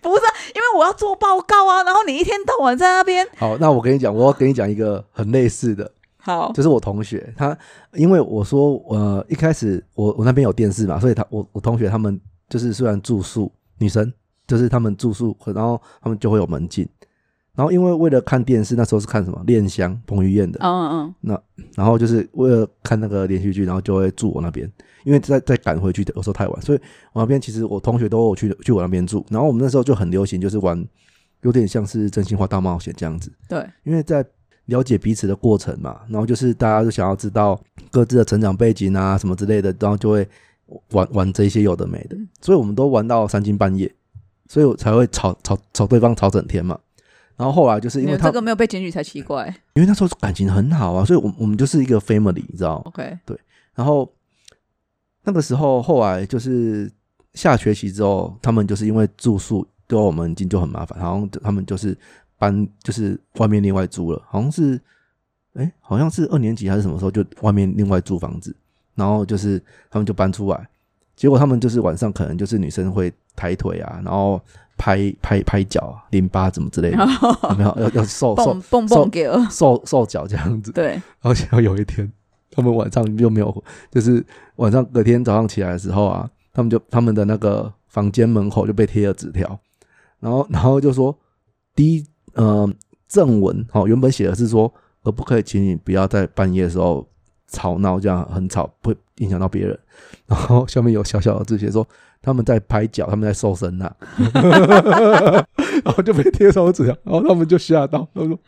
[SPEAKER 2] 不是啊，因为我要做报告啊，然后你一天到晚在那边，
[SPEAKER 1] 好，那我跟你讲，我要跟你讲一个很类似的，
[SPEAKER 2] 好，
[SPEAKER 1] 就是我同学他，因为我说呃一开始我我那边有电视嘛，所以他我我同学他们就是虽然住宿女生，就是他们住宿，然后他们就会有门禁，然后因为为了看电视，那时候是看什么《恋香》彭于晏的，
[SPEAKER 2] 嗯嗯
[SPEAKER 1] 然后就是为了看那个连续剧，然后就会住我那边，因为再再赶回去的有时候太晚，所以我那边其实我同学都有去去我那边住。然后我们那时候就很流行，就是玩有点像是真心话大冒险这样子，
[SPEAKER 2] 嗯，对，
[SPEAKER 1] 因为在了解彼此的过程嘛，然后就是大家都想要知道各自的成长背景啊什么之类的，然后就会玩玩这些有的没的，所以我们都玩到三更半夜，所以我才会吵吵吵对方吵整天嘛。然后后来就是因
[SPEAKER 2] 你
[SPEAKER 1] 为
[SPEAKER 2] 们
[SPEAKER 1] 他
[SPEAKER 2] 这，个没有被检举才奇怪。
[SPEAKER 1] 因为那时候感情很好啊，所以我们我们就是一个 family，你知道吗？
[SPEAKER 2] OK，
[SPEAKER 1] 然后那个时候后来就是下学期之后，他们就是因为住宿对我们进就很麻烦，好像他们就是搬就是外面另外租了，好像是哎，好像是二年级还是什么时候，就外面另外租房子，然后就是他们就搬出来，结果他们就是晚上可能就是女生会抬腿啊，然后拍拍拍脚、啊、淋巴怎么之类
[SPEAKER 2] 哦
[SPEAKER 1] 的，有 没有要要瘦瘦
[SPEAKER 2] 蹦蹦
[SPEAKER 1] 瘦
[SPEAKER 2] 蹦给了，
[SPEAKER 1] 瘦瘦脚这样子。
[SPEAKER 2] 对，
[SPEAKER 1] 然后结果有一天，他们晚上就没有，就是晚上隔天早上起来的时候啊，他们就他们的那个房间门口就被贴了纸条，然后然后就说第一呃正文哦，原本写的是说可不可以请你不要在半夜的时候吵闹，这样很吵不会影响到别人。然后下面有小小的字写说他们在拍脚，他们在瘦身呐、 然后就被贴上纸条，然后他们就吓到，他们说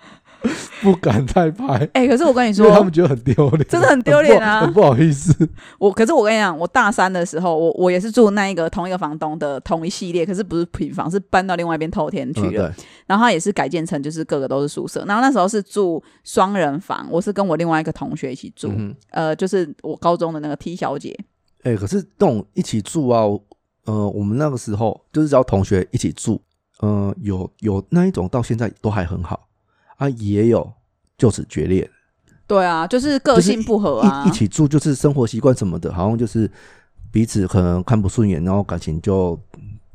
[SPEAKER 1] 不敢再拍。
[SPEAKER 2] 哎、可是我跟你
[SPEAKER 1] 因为他
[SPEAKER 2] 说
[SPEAKER 1] 们，觉得很丢脸，
[SPEAKER 2] 真的很丢脸啊
[SPEAKER 1] 很不好很不好意思。
[SPEAKER 2] 我可是我跟你讲，我大三的时候，我我也是住那一个同一个房东的同一系列，可是不是平房，是搬到另外一边透天去
[SPEAKER 1] 嗯
[SPEAKER 2] 了。
[SPEAKER 1] 对，
[SPEAKER 2] 然后他也是改建成就是各个都是宿舍。然后那时候是住双人房，我是跟我另外一个同学一起住，
[SPEAKER 1] 嗯哼，
[SPEAKER 2] 呃，就是我高中的那个 T 小姐。
[SPEAKER 1] 哎、可是那种一起住啊，我呃，我们那个时候就是只要同学一起住，嗯、有有那一种到现在都还很好啊，也有就此决裂，
[SPEAKER 2] 对啊，就是个性不合啊，
[SPEAKER 1] 一一起住就是生活习惯什么的，好像就是彼此可能看不顺眼，然后感情就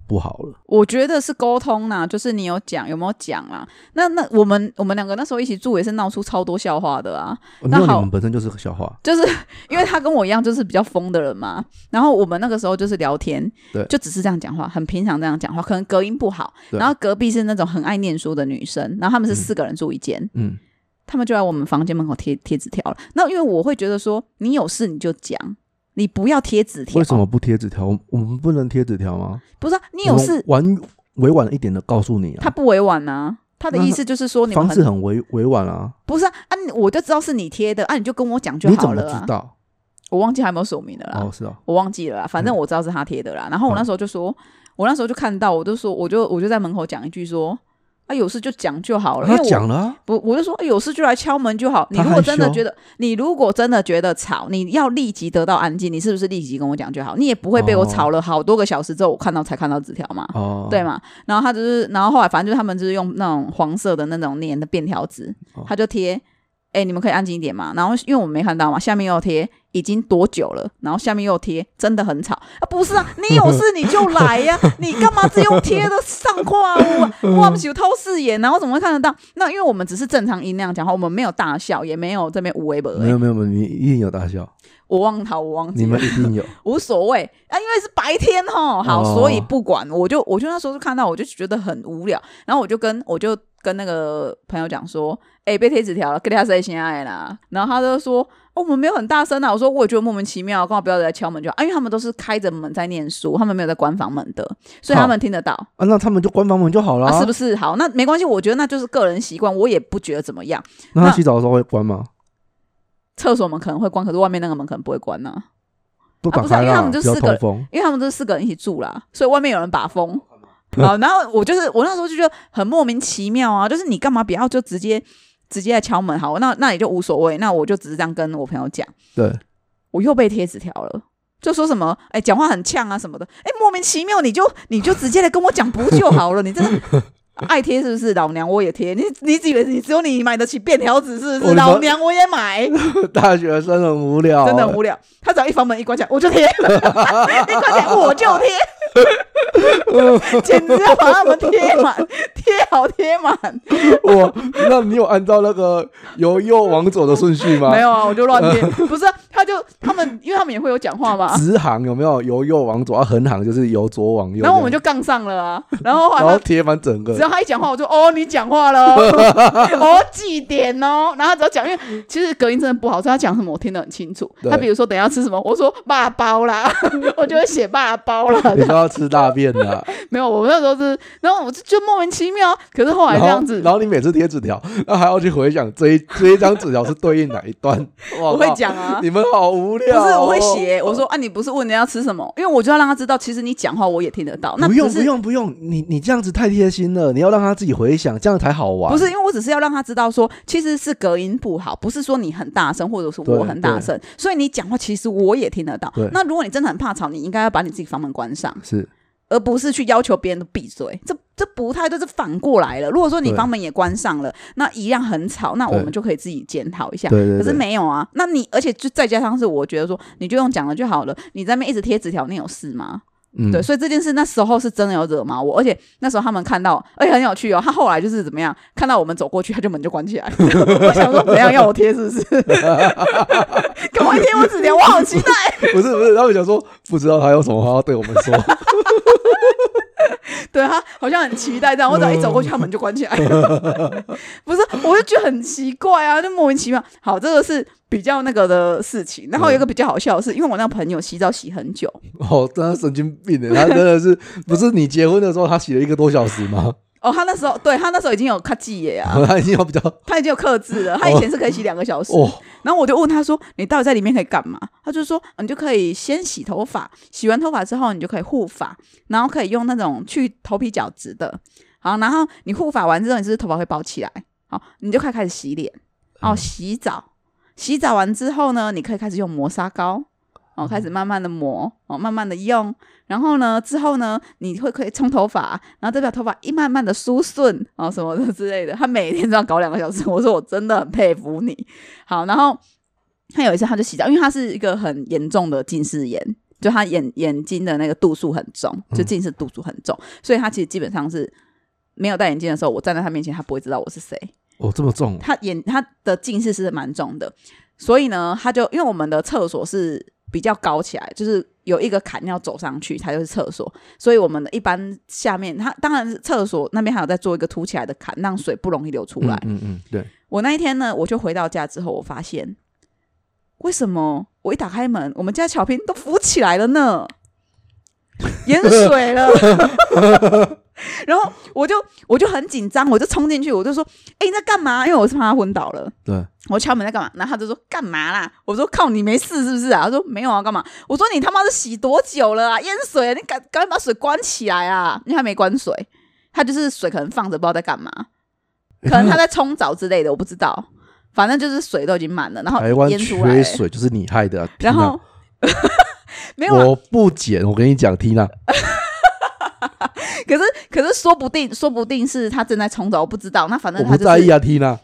[SPEAKER 1] 不好了。
[SPEAKER 2] 我觉得是沟通啦，就是你有讲有没有讲啦？那那我们我们两个那时候一起住也是闹出超多笑话的啊，
[SPEAKER 1] 哦
[SPEAKER 2] 那
[SPEAKER 1] 没有，
[SPEAKER 2] 好
[SPEAKER 1] 你们本身就是个笑话，
[SPEAKER 2] 就是因为他跟我一样就是比较疯的人嘛，然后我们那个时候就是聊天，
[SPEAKER 1] 对
[SPEAKER 2] 就只是这样讲话，很平常这样讲话，可能隔音不好，
[SPEAKER 1] 对
[SPEAKER 2] 然后隔壁是那种很爱念书的女生，然后他们是四个人住一间，
[SPEAKER 1] 嗯，
[SPEAKER 2] 他们就来我们房间门口贴贴纸条了。那因为我会觉得说，你有事你就讲，你不要贴纸条，
[SPEAKER 1] 为什么不贴纸条？我我们不能贴纸条吗？
[SPEAKER 2] 不是啊、你有事，
[SPEAKER 1] 我们委委婉一点的告诉你
[SPEAKER 2] 他
[SPEAKER 1] 啊，
[SPEAKER 2] 不委婉啊。他的意思就是说，你们
[SPEAKER 1] 方式
[SPEAKER 2] 很
[SPEAKER 1] 很委委婉啊。
[SPEAKER 2] 不是啊，啊你我就知道是你贴的啊，你就跟我讲就
[SPEAKER 1] 你怎
[SPEAKER 2] 好
[SPEAKER 1] 么
[SPEAKER 2] 了、
[SPEAKER 1] 知
[SPEAKER 2] 啊。
[SPEAKER 1] 道？
[SPEAKER 2] 我忘记还有没有署名的啦。
[SPEAKER 1] 哦，是哦，
[SPEAKER 2] 我忘记了啦，反正我知道是他贴的啦。然后我那时候就说，我那时候就看到，我就说，我就我就在门口讲一句说，啊，有事就讲就好了，因
[SPEAKER 1] 他
[SPEAKER 2] 为我
[SPEAKER 1] 讲了 啊，
[SPEAKER 2] 不，我就说、哎有事就来敲门就好。你
[SPEAKER 1] 他
[SPEAKER 2] 如果
[SPEAKER 1] 害
[SPEAKER 2] 真的
[SPEAKER 1] 羞
[SPEAKER 2] 觉得，你如果真的觉得吵，你要立即得到安静，你是不是立即跟我讲就好？你也不会被我
[SPEAKER 1] 哦
[SPEAKER 2] 吵了好多个小时之后，我看到才看到纸条嘛。
[SPEAKER 1] 哦，
[SPEAKER 2] 啊对嘛？然后他就是，然后后来反正就是他们就是用那种黄色的那种粘的便条纸，
[SPEAKER 1] 哦
[SPEAKER 2] 他就贴，哎、你们可以安静一点嘛。然后因为我们没看到嘛，下面又贴已经多久了，然后下面又贴真的很吵啊，不是啊， 你有事你就来呀、你干嘛只用贴的上 话我我们有偷视野，然后怎么会看得到？那因为我们只是正常音量讲话，我们没有大笑，也没有这边无微不
[SPEAKER 1] 没
[SPEAKER 2] 微，
[SPEAKER 1] 有没有没有，你一定有大笑，
[SPEAKER 2] 我忘他，我忘记
[SPEAKER 1] 你
[SPEAKER 2] 了
[SPEAKER 1] 们一定 有，
[SPEAKER 2] 无所谓啊，因为是白天吼，好，
[SPEAKER 1] 哦
[SPEAKER 2] 所以不管，我就我就那时候就看到，我就觉得很无聊，然后我就跟我就跟那个朋友讲说，哎、被贴纸条了，跟他谁先爱啦？然后他就说，哦，我们没有很大声啊，我说我也觉得莫名其妙，干嘛不要来敲门就好、啊？因为他们都是开着门在念书，他们没有在关房门的，所以他们听得到。
[SPEAKER 1] 啊，那他们就关房门就好了
[SPEAKER 2] 啊，是不
[SPEAKER 1] 是？
[SPEAKER 2] 是好？那没关系，我觉得那就是个人习惯，我也不觉得怎么样。
[SPEAKER 1] 那他
[SPEAKER 2] 那
[SPEAKER 1] 洗澡的时候会关吗？
[SPEAKER 2] 厕所门可能会关，可是外面那个门可能不会关呢、
[SPEAKER 1] 不
[SPEAKER 2] 啊
[SPEAKER 1] 打
[SPEAKER 2] 不是啊
[SPEAKER 1] 开
[SPEAKER 2] 因为他
[SPEAKER 1] 啦，
[SPEAKER 2] 们就
[SPEAKER 1] 比较
[SPEAKER 2] 四个
[SPEAKER 1] 通
[SPEAKER 2] 人
[SPEAKER 1] 风。
[SPEAKER 2] 因为他们都是四个人一起住啦，所以外面有人把风。好，然后我就是我那时候就觉得很莫名其妙啊，就是你干嘛不要就直接直接来敲门？好，那那也就无所谓，那我就只是这样跟我朋友讲，
[SPEAKER 1] 对，
[SPEAKER 2] 我又被贴纸条了。就说什么哎，讲话很呛啊什么的，哎，莫名其妙，你就你就直接来跟我讲不就好了？你真的爱贴是不是？老娘我也贴，你你以为你只有你买得起便条纸是不
[SPEAKER 1] 我的
[SPEAKER 2] 是？
[SPEAKER 1] 妈
[SPEAKER 2] 老娘我也买，
[SPEAKER 1] 大学生很无聊，
[SPEAKER 2] 真的很无聊。他只要一房门一关起来，我就 贴；一关起来我就贴，简直要把他们贴满，贴好贴满。
[SPEAKER 1] 我，那你有按照那个由右往左的顺序吗？
[SPEAKER 2] 没。有啊，我就乱贴。不是啊，他就他们，因为他们也会有讲话嘛，
[SPEAKER 1] 直行有没有由右往左？啊，横行就是由左往右。
[SPEAKER 2] 然后我们
[SPEAKER 1] 就，
[SPEAKER 2] 就杠上了啊。然后后
[SPEAKER 1] 然
[SPEAKER 2] 来
[SPEAKER 1] 后
[SPEAKER 2] 他。
[SPEAKER 1] 贴满整个
[SPEAKER 2] 只。要他一讲话，我就哦，你讲 话了哦，哦，记点哦。然后他只要讲，因为其实隔音真的不好，所以他讲什么我听得很清楚。
[SPEAKER 1] 对
[SPEAKER 2] 他比如说等一下吃什么，我说霸包啦， 我就会写霸包啦。
[SPEAKER 1] 你都要吃大便的，啊
[SPEAKER 2] 没有，我那时候是，然后我就就莫名其妙。可是后来
[SPEAKER 1] 然
[SPEAKER 2] 这
[SPEAKER 1] 后
[SPEAKER 2] 样子，
[SPEAKER 1] 然后你每次贴纸条，那还要去回想这一这一张纸条是对应哪一 段？哇
[SPEAKER 2] 我会
[SPEAKER 1] 靠
[SPEAKER 2] 讲啊，
[SPEAKER 1] 哦你们好无
[SPEAKER 2] 不
[SPEAKER 1] 聊、哦
[SPEAKER 2] 是我会。写，我说啊，你不是问人家吃什么，因为我就要让他知道，其实你讲话我也听得到。那
[SPEAKER 1] 不用
[SPEAKER 2] 只
[SPEAKER 1] 不
[SPEAKER 2] 是，
[SPEAKER 1] 用不用，你你这样子太贴心了，你要让他自己回想，这样才好玩。
[SPEAKER 2] 不是，因为我只是要让他知道说，其实是隔音不好，不是说你很大声或者是
[SPEAKER 1] 对
[SPEAKER 2] 我很大声，所以你讲话其实我也听得到
[SPEAKER 1] 对。
[SPEAKER 2] 那如果你真的很怕吵，你应该要把你自己房门关上，
[SPEAKER 1] 是
[SPEAKER 2] 而而不是去要求别人都闭嘴。这这不太对，这是反过来了。如果说你
[SPEAKER 1] 对
[SPEAKER 2] 房门也关上了，那一样很吵，那我们
[SPEAKER 1] 对
[SPEAKER 2] 就可以自己检讨一下。
[SPEAKER 1] 对对
[SPEAKER 2] 可是
[SPEAKER 1] 对，
[SPEAKER 2] 没有啊，那你而且就再加上是，我觉得说你就用讲了就好了，你在那边一直贴纸条，你有事吗？
[SPEAKER 1] 嗯，
[SPEAKER 2] 对，所以这件事那时候是真的有惹毛我，而且那时候他们看到，而且很有趣哦，他后来就是怎么样，看到我们走过去，他就门就 关起来。我想说怎样要我贴是不是？赶快贴我纸条，我好期待。
[SPEAKER 1] 不是不是，他们想说不知道他有什么话要对我们 说，
[SPEAKER 2] 对他好像很期待这样，我只要一走过去，他门就关起来。不是，我就觉得很奇怪啊，就莫名其妙。好，这个是比较那个的事情，然后有一个比较好笑的是，因为我那个朋友洗澡洗很久，
[SPEAKER 1] 哦，真的神经病的，他真的是不是你结婚的时候他洗了一个多小时吗？
[SPEAKER 2] 哦，他那时候对他那时候已经有卡记耶啊，
[SPEAKER 1] 他已经要比较
[SPEAKER 2] 他已经有克制了，他以前是可以洗两个小时。
[SPEAKER 1] 哦，
[SPEAKER 2] 然后我就问他说：“你到底在里面可以干嘛？”他就说：“你就可以先洗头发，洗完头发之后你就可以护发，然后可以用那种去头皮角质的。好，然后你护发完之后，你是不是头发会包起来？好，你就可以开始洗脸，哦，洗澡，洗澡完之后呢，你可以开始用磨砂膏。”哦，开始慢慢的磨，哦，慢慢的用，然后呢，之后呢，你会可以冲头发，然后代表头发一慢慢的梳顺，哦，什么的之类的。他每天这样搞两个小时，我说我真的很佩服你。好，然后他有一次他就洗澡，因为他是一个很严重的近视眼，就他眼眼睛的那个度数很重，就近视度数很重，所以他其实基本上是没有戴眼镜的时候，我站在他面前，他不会知道我是谁。
[SPEAKER 1] 哦这么重，
[SPEAKER 2] 他眼他的近视是蛮重的，所以呢，他就因为我们的厕所是比较高起来，就是有一个坎要走上去，它就是厕所，所以我们的一般下面，他当然是厕所那边还有在做一个凸起来的坎，让水不容易流出来。
[SPEAKER 1] 嗯嗯嗯，对，
[SPEAKER 2] 我那一天呢，我就回到家之后，我发现为什么我一打开门，我们家巧拼都浮起来了呢？淹水了， 然后我就我就很紧张，我就冲进去，我就说：“哎、你在干嘛？”因为我是怕他昏倒了。
[SPEAKER 1] 对，
[SPEAKER 2] 我敲门在干嘛？然后他就说干嘛啦？我说靠，你没事是不是啊？他说没有啊，干嘛？我说你他妈是洗多久了啊？淹水了，你赶赶紧把水关起来啊！因为他没关水，他就是水可能放着，不知道在干嘛，可能他在冲澡之类的，我不知道。反正就是水都已经满了，然后
[SPEAKER 1] 台湾
[SPEAKER 2] 淹出来
[SPEAKER 1] 缺
[SPEAKER 2] 了，
[SPEAKER 1] 水就是你害的啊，
[SPEAKER 2] 然
[SPEAKER 1] Tina
[SPEAKER 2] 后 没有啊，
[SPEAKER 1] 我不剪，我跟你讲，Tina，
[SPEAKER 2] 可是可是说不定说不定是他正在冲澡，我不知道。那反
[SPEAKER 1] 我
[SPEAKER 2] 正他
[SPEAKER 1] 不
[SPEAKER 2] 就是
[SPEAKER 1] 在意啊，Tina，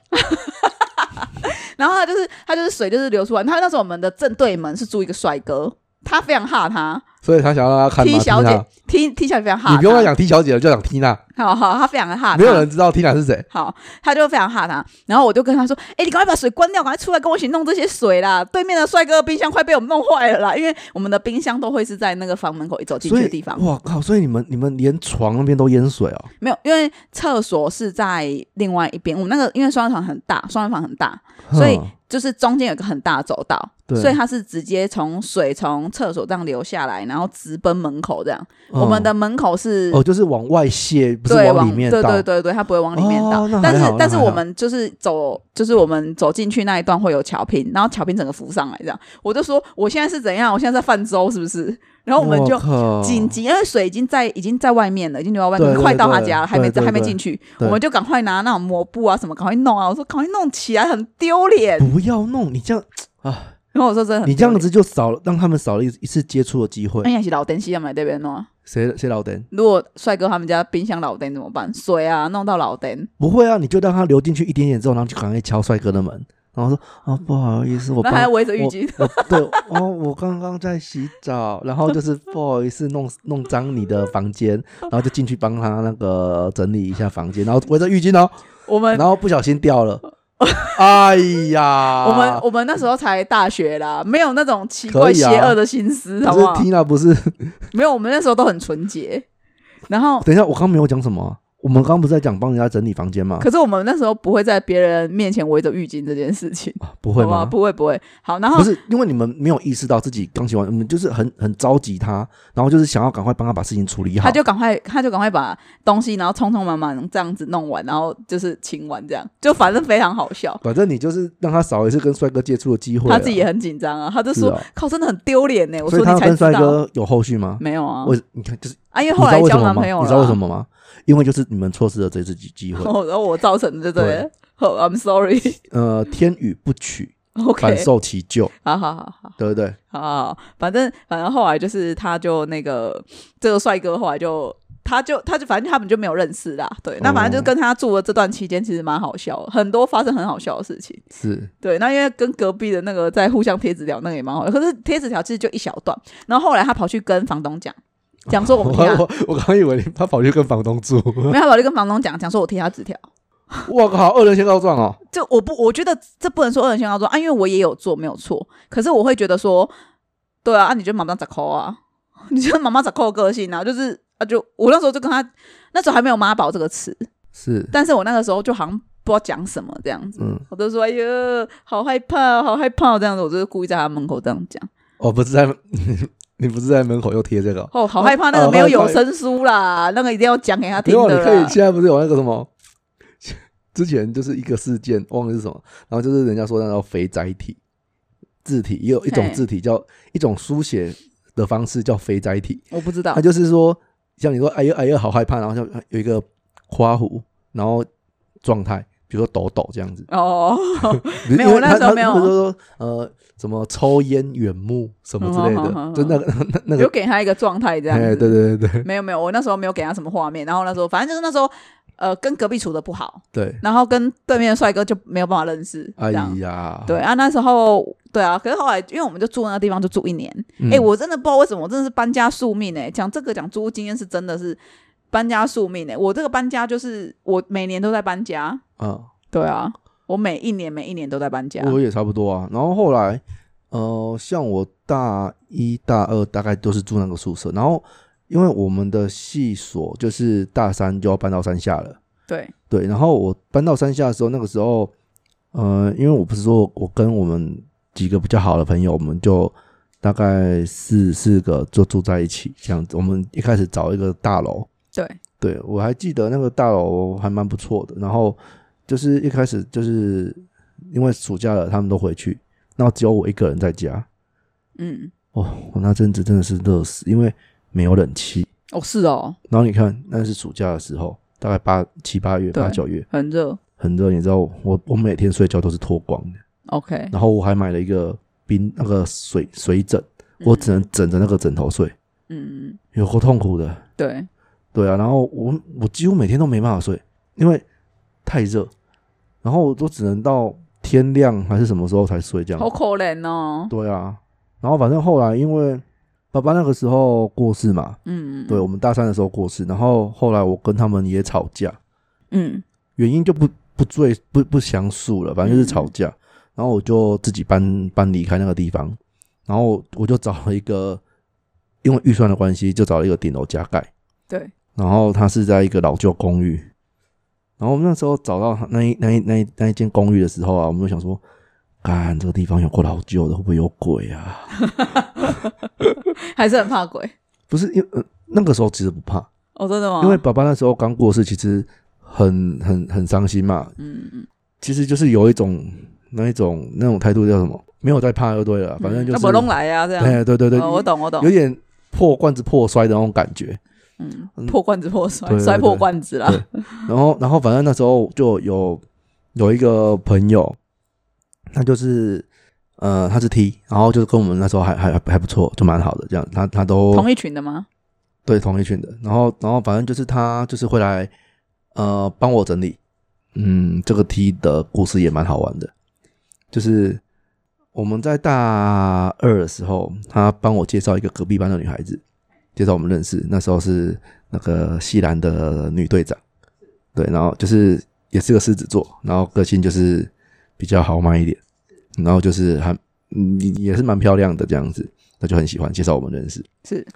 [SPEAKER 2] 然后他就是他就是水就是流出来。他那时候我们的正对门是住一个帅哥，他非常怕他，
[SPEAKER 1] 所以他想要让他看
[SPEAKER 2] T
[SPEAKER 1] 吗
[SPEAKER 2] 小姐
[SPEAKER 1] ？Tina，
[SPEAKER 2] ，T T 小姐非常哈，
[SPEAKER 1] 你不用再，讲 T 小姐了，就讲 Tina，
[SPEAKER 2] 好好，她非常的哈，
[SPEAKER 1] 没有人知道 Tina 是谁。
[SPEAKER 2] 好，他就非常哈他，然后我就跟他说：“哎、你赶快把水关掉，赶快出来跟我一起弄这些水啦！对面的帅哥的冰箱快被我们弄坏了啦，因为我们的冰箱都会是在那个房门口一走进
[SPEAKER 1] 所
[SPEAKER 2] 去
[SPEAKER 1] 以
[SPEAKER 2] 的地方，
[SPEAKER 1] 哇靠！所以你们你们连床那边都淹水哦，
[SPEAKER 2] 没有，因为厕所是在另外一边，我们那个因为双人床很大，双人房很大，所以
[SPEAKER 1] 哼
[SPEAKER 2] 就是中间有一个很大的走道，
[SPEAKER 1] 嗯对
[SPEAKER 2] 所以它是直接从水从厕所这样流下来，然后直奔门口这样。我们的门口是
[SPEAKER 1] 哦哦就是往外泄，不是
[SPEAKER 2] 对，
[SPEAKER 1] 里面
[SPEAKER 2] 对
[SPEAKER 1] 倒。
[SPEAKER 2] 对对对，它不会往里面倒。
[SPEAKER 1] 哦那还
[SPEAKER 2] 但是
[SPEAKER 1] 好
[SPEAKER 2] 但是
[SPEAKER 1] 那还
[SPEAKER 2] 我
[SPEAKER 1] 好
[SPEAKER 2] 们就是走，就是我们走进去那一段会有桥坪，然后桥坪整个浮上来这样。我就说我现在是怎样？我现在在泛舟是不是？然后我们就
[SPEAKER 1] 靠
[SPEAKER 2] 紧急，因为水已经在已经在外面了，已经流到外
[SPEAKER 1] 对
[SPEAKER 2] 面，
[SPEAKER 1] 对
[SPEAKER 2] 快到他
[SPEAKER 1] 对
[SPEAKER 2] 家了，还没
[SPEAKER 1] 对对
[SPEAKER 2] 还没
[SPEAKER 1] 对
[SPEAKER 2] 进去，我
[SPEAKER 1] 对
[SPEAKER 2] 们就赶快拿那种抹布啊什么，赶快弄啊！我说赶快弄起来，很丢脸。
[SPEAKER 1] 不要弄，你这样
[SPEAKER 2] 然后我说真的很
[SPEAKER 1] 你这样
[SPEAKER 2] 丢脸，
[SPEAKER 1] 子就少了让他们少了一一次接触的机会
[SPEAKER 2] 哎。呀，是老登西要买这边弄啊。
[SPEAKER 1] 谁谁老登？
[SPEAKER 2] 如果帅哥他们家冰箱老登怎么办？水啊，弄到老登。
[SPEAKER 1] 不会啊，你就让他流进去一点点之后，然后就赶快敲帅哥的门，然后说啊不好意思，我
[SPEAKER 2] 然后还
[SPEAKER 1] 帮
[SPEAKER 2] 围着浴巾，
[SPEAKER 1] 我对哦，我刚刚在洗澡，然后 就是不好意思弄弄脏你的房间，然后就进去帮他那个整理一下房间，然后围着浴巾哦，
[SPEAKER 2] 我们
[SPEAKER 1] 然后不小心掉 了，哎呀，
[SPEAKER 2] 我们我们那时候才大学啦，没有那种奇怪
[SPEAKER 1] 可以
[SPEAKER 2] 邪
[SPEAKER 1] 啊
[SPEAKER 2] 恶的心思，好
[SPEAKER 1] 可
[SPEAKER 2] 不
[SPEAKER 1] 是
[SPEAKER 2] 好？哦
[SPEAKER 1] Tina 不是，
[SPEAKER 2] 没有，我们那时候都很纯洁。然后，
[SPEAKER 1] 等一下我刚没有讲什么啊，我们刚不是在讲帮人家整理房间吗？
[SPEAKER 2] 可是我们那时候不会在别人面前围着浴巾这件事情，
[SPEAKER 1] 啊不会
[SPEAKER 2] 好不好
[SPEAKER 1] 吗？
[SPEAKER 2] 不会不会。好，然
[SPEAKER 1] 不
[SPEAKER 2] 后
[SPEAKER 1] 是，因为你们没有意识到自己刚洗完，我们就是很很着急他，然后就是想要赶快帮他把事情处理好。
[SPEAKER 2] 他就赶快他就赶快把东西，然后匆匆忙忙这样子弄完，然后就是亲完这样，就反正非常好笑。
[SPEAKER 1] 反正你就是让他少一次跟帅哥接触的机会啊。
[SPEAKER 2] 他自己也很紧张啊，他就是说：“
[SPEAKER 1] 啊
[SPEAKER 2] 靠，真的很丢脸呢。”我
[SPEAKER 1] 所
[SPEAKER 2] 说：“
[SPEAKER 1] 以他要
[SPEAKER 2] 你才
[SPEAKER 1] 跟
[SPEAKER 2] 知
[SPEAKER 1] 帅
[SPEAKER 2] 道。
[SPEAKER 1] 哥有后续”吗？
[SPEAKER 2] 没有啊，
[SPEAKER 1] 我你看就是，
[SPEAKER 2] 啊，因为
[SPEAKER 1] 你
[SPEAKER 2] 后
[SPEAKER 1] 知道
[SPEAKER 2] 来
[SPEAKER 1] 为什
[SPEAKER 2] 交
[SPEAKER 1] 么
[SPEAKER 2] 男
[SPEAKER 1] 吗
[SPEAKER 2] 朋？友了啊，
[SPEAKER 1] 你知道为什么吗？因为就是你们错失了 这次机机会。
[SPEAKER 2] 然后？然后我造成的，对不对
[SPEAKER 1] 对
[SPEAKER 2] ？Oh, I'm sorry。
[SPEAKER 1] 呃，天雨不取，反
[SPEAKER 2] OK，
[SPEAKER 1] 受其咎，
[SPEAKER 2] 好好好好
[SPEAKER 1] 对不对？
[SPEAKER 2] 好好，好反正反正后来就是他就那个这个帅哥后来就。他就他就反正他们就没有认识啦，对，那反正就
[SPEAKER 1] 哦
[SPEAKER 2] 跟他住的这段期间其实蛮好笑的，很多发生很好笑的事情。
[SPEAKER 1] 是，
[SPEAKER 2] 对，那因为跟隔壁的那个在互相贴纸条，那个也蛮好的。可是贴纸条其实就一小段，然后后来他跑去跟房东讲，讲说我
[SPEAKER 1] 我
[SPEAKER 2] 们贴 他，
[SPEAKER 1] 我我刚以为你他跑去跟房东住，
[SPEAKER 2] 没有他跑去跟房东讲，讲说我贴他纸条。
[SPEAKER 1] 我靠，恶人先告状哦，
[SPEAKER 2] 就我不，我觉得这不能说恶人先告状啊，因为我也有做没有错，可是我会觉得说，对啊，啊你就妈妈咋抠啊， 你就妈妈咋抠的个性啊，就是啊就我那时候就跟他，那时候还没有妈宝这个词，
[SPEAKER 1] 是，
[SPEAKER 2] 但是我那个时候就好像不知道讲什么这样子，
[SPEAKER 1] 嗯，
[SPEAKER 2] 我就说哎呦好害怕，好害怕这样子，我就是故意在他门口这样讲。
[SPEAKER 1] 哦，不是在 你不是在门口又贴这个哦，
[SPEAKER 2] 哦，好害怕那个没有有声书啦，那个一定要讲给他
[SPEAKER 1] 没
[SPEAKER 2] 啊听
[SPEAKER 1] 有，你
[SPEAKER 2] 的
[SPEAKER 1] 可以
[SPEAKER 2] 啦。
[SPEAKER 1] 现在不是有那个什么？ 之前就是一个事件，忘了是什么，然后就是人家说那叫肥宅体字体，也有一种
[SPEAKER 2] 嘿
[SPEAKER 1] 字体叫一种书写的方式叫肥宅体，
[SPEAKER 2] 我不知道
[SPEAKER 1] 他，就是说，像你说，哎呦哎呦，好害怕，然后就有一个夸胡，然后状态，比如说抖抖这样子。
[SPEAKER 2] 哦，
[SPEAKER 1] 比如
[SPEAKER 2] 没有
[SPEAKER 1] 因为
[SPEAKER 2] 那
[SPEAKER 1] 他
[SPEAKER 2] 时候
[SPEAKER 1] 他
[SPEAKER 2] 没有
[SPEAKER 1] 比如说呃，什么抽烟远目什么之类
[SPEAKER 2] 嗯嗯嗯嗯
[SPEAKER 1] 的，就那个那那
[SPEAKER 2] 有
[SPEAKER 1] 个，
[SPEAKER 2] 给他一个状态 这样
[SPEAKER 1] 哎，
[SPEAKER 2] 子。
[SPEAKER 1] 对对对对
[SPEAKER 2] 没有没有，我那时候没有给他什么画面，然后那时候反正就是那时候，呃，跟隔壁处的不好，
[SPEAKER 1] 对，
[SPEAKER 2] 然后跟对面的帅哥就没有办法认识，
[SPEAKER 1] 哎
[SPEAKER 2] 这样。
[SPEAKER 1] 呀，
[SPEAKER 2] 对啊，那时候对啊，可是后来因为我们就住那个地方就住一年，哎、
[SPEAKER 1] 嗯，
[SPEAKER 2] 我真的不知道为什么，我真的是搬家宿命哎、讲这个讲租屋经验是真的是搬家宿命哎、我这个搬家就是我每年都在搬家，
[SPEAKER 1] 嗯，
[SPEAKER 2] 对啊，我每一年每一年都在搬家。
[SPEAKER 1] 我也差不多啊。然后后来，呃，像我大一、大二大概都是住那个宿舍，然后因为我们的系所就是大三就要搬到山下了。
[SPEAKER 2] 对，
[SPEAKER 1] 对，然后我搬到山下的时候，那个时候，呃，因为我不是说我跟我们几个比较好的朋友，我们就大概四四个就住在一起这样子。我们一开始找一个大楼，
[SPEAKER 2] 对，
[SPEAKER 1] 对我还记得那个大楼还蛮不错的。然后就是一开始就是因为暑假了，他们都回去，然后只有我一个人在家。
[SPEAKER 2] 嗯，
[SPEAKER 1] 哦，我那阵子真的是热死，因为没有冷气。
[SPEAKER 2] 哦，是哦，
[SPEAKER 1] 然后你看，那是暑假的时候，大概八七八月、
[SPEAKER 2] 对
[SPEAKER 1] 八九月，
[SPEAKER 2] 很热。
[SPEAKER 1] 很热，你知道我我每天睡觉都是脱光的，
[SPEAKER 2] OK，
[SPEAKER 1] 然后我还买了一个冰那个水水枕，我只能枕着那个枕头睡，
[SPEAKER 2] 嗯，
[SPEAKER 1] 有够痛苦的。
[SPEAKER 2] 对，
[SPEAKER 1] 对啊，然后我我几乎每天都没办法睡，因为太热，然后我都只能到天亮还是什么时候才睡这
[SPEAKER 2] 好
[SPEAKER 1] 样。
[SPEAKER 2] 可怜哦。
[SPEAKER 1] 对啊，然后反正后来因为爸爸那个时候过世嘛，
[SPEAKER 2] 嗯，
[SPEAKER 1] 对我们大三的时候过世，然后后来我跟他们也吵架，
[SPEAKER 2] 嗯，
[SPEAKER 1] 原因就不不赘不不详述了，反正就是吵
[SPEAKER 2] 嗯
[SPEAKER 1] 架。然后我就自己搬搬离开那个地方，然后我就找了一个，因为预算的关系，就找了一个顶楼加盖。
[SPEAKER 2] 对，
[SPEAKER 1] 然后它是在一个老旧公寓。然后我们那时候找到那一那一那一那一间公寓的时候啊，我们就想说，干这个地方有够老旧的，会不会有鬼啊？
[SPEAKER 2] 还是很怕鬼。
[SPEAKER 1] 不是，因为、呃那个时候其实不怕，
[SPEAKER 2] 哦，真的吗？
[SPEAKER 1] 因为爸爸那时候刚过世，其实很很很伤心嘛，
[SPEAKER 2] 嗯嗯，
[SPEAKER 1] 其实就是有一种那一种那种态度叫什么？没有在怕就对了，反正就
[SPEAKER 2] 那
[SPEAKER 1] 是
[SPEAKER 2] 不弄来啊，这样。
[SPEAKER 1] 哎，对对对，
[SPEAKER 2] 哦我懂，我懂
[SPEAKER 1] 有。点破罐子破摔的那种感觉。
[SPEAKER 2] 嗯
[SPEAKER 1] 嗯，
[SPEAKER 2] 破罐子破摔
[SPEAKER 1] 对，对
[SPEAKER 2] 摔破
[SPEAKER 1] 对
[SPEAKER 2] 罐子啦。
[SPEAKER 1] 对然后然后反正那时候就有有一个朋友，他就是呃他是 T，然后就是跟我们那时候还还还不错，就蛮好的这样，他他都
[SPEAKER 2] 同一群的吗？
[SPEAKER 1] 对同一群的，然后然后反正就是他就是会来呃帮我整理，嗯，这个 T 的故事也蛮好玩的，就是我们在大二的时候，他帮我介绍一个隔壁班的女孩子，介绍我们认识，那时候是那个西兰的女队长，对，然后就是也是个狮子座，然后个性就是比较豪迈一点，然后就是还嗯也是蛮漂亮的这样子，那就很喜欢介绍我们认识。
[SPEAKER 2] 是。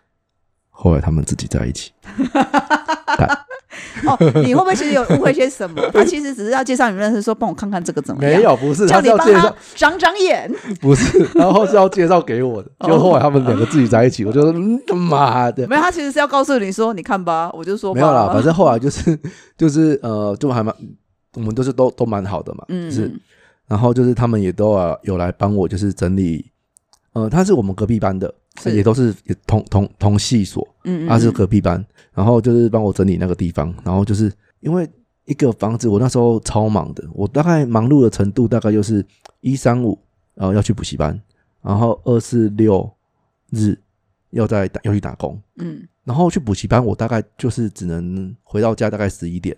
[SPEAKER 1] 后来他们自己在一起。
[SPEAKER 2] 哦，你会不会其实有误会些什 么？他其实只是要介绍你认识，说帮我看看这个怎么样。
[SPEAKER 1] 没，有，不是，
[SPEAKER 2] 叫
[SPEAKER 1] 他是
[SPEAKER 2] 你
[SPEAKER 1] 要
[SPEAKER 2] 帮
[SPEAKER 1] 介
[SPEAKER 2] 他
[SPEAKER 1] 绍，
[SPEAKER 2] 长长眼。
[SPEAKER 1] 不是，然后是要介绍给我的。就后来他们两个自己在一起，我就说，嗯，他妈的，
[SPEAKER 2] 没有，他其实是要告诉你说，你看吧，我就说吧
[SPEAKER 1] 没有啦，反正后来就是就是呃，就还蛮，我们都是都都蛮好的嘛，
[SPEAKER 2] 嗯，
[SPEAKER 1] 就是，然后就是他们也都啊有来帮我，就是整理，呃，他是我们隔壁班的，
[SPEAKER 2] 是
[SPEAKER 1] 也都是也同同同系所，
[SPEAKER 2] 嗯，嗯
[SPEAKER 1] 他是
[SPEAKER 2] 嗯
[SPEAKER 1] 隔壁班，然后就是帮我整理那个地方，然后就是因为一个房子，我那时候超忙的，我大概忙碌的程度大概就是一三五呃要去补习班，然后二四六日要在打要去打工，
[SPEAKER 2] 嗯
[SPEAKER 1] 然后去补习班我大概就是只能回到家大概十一点，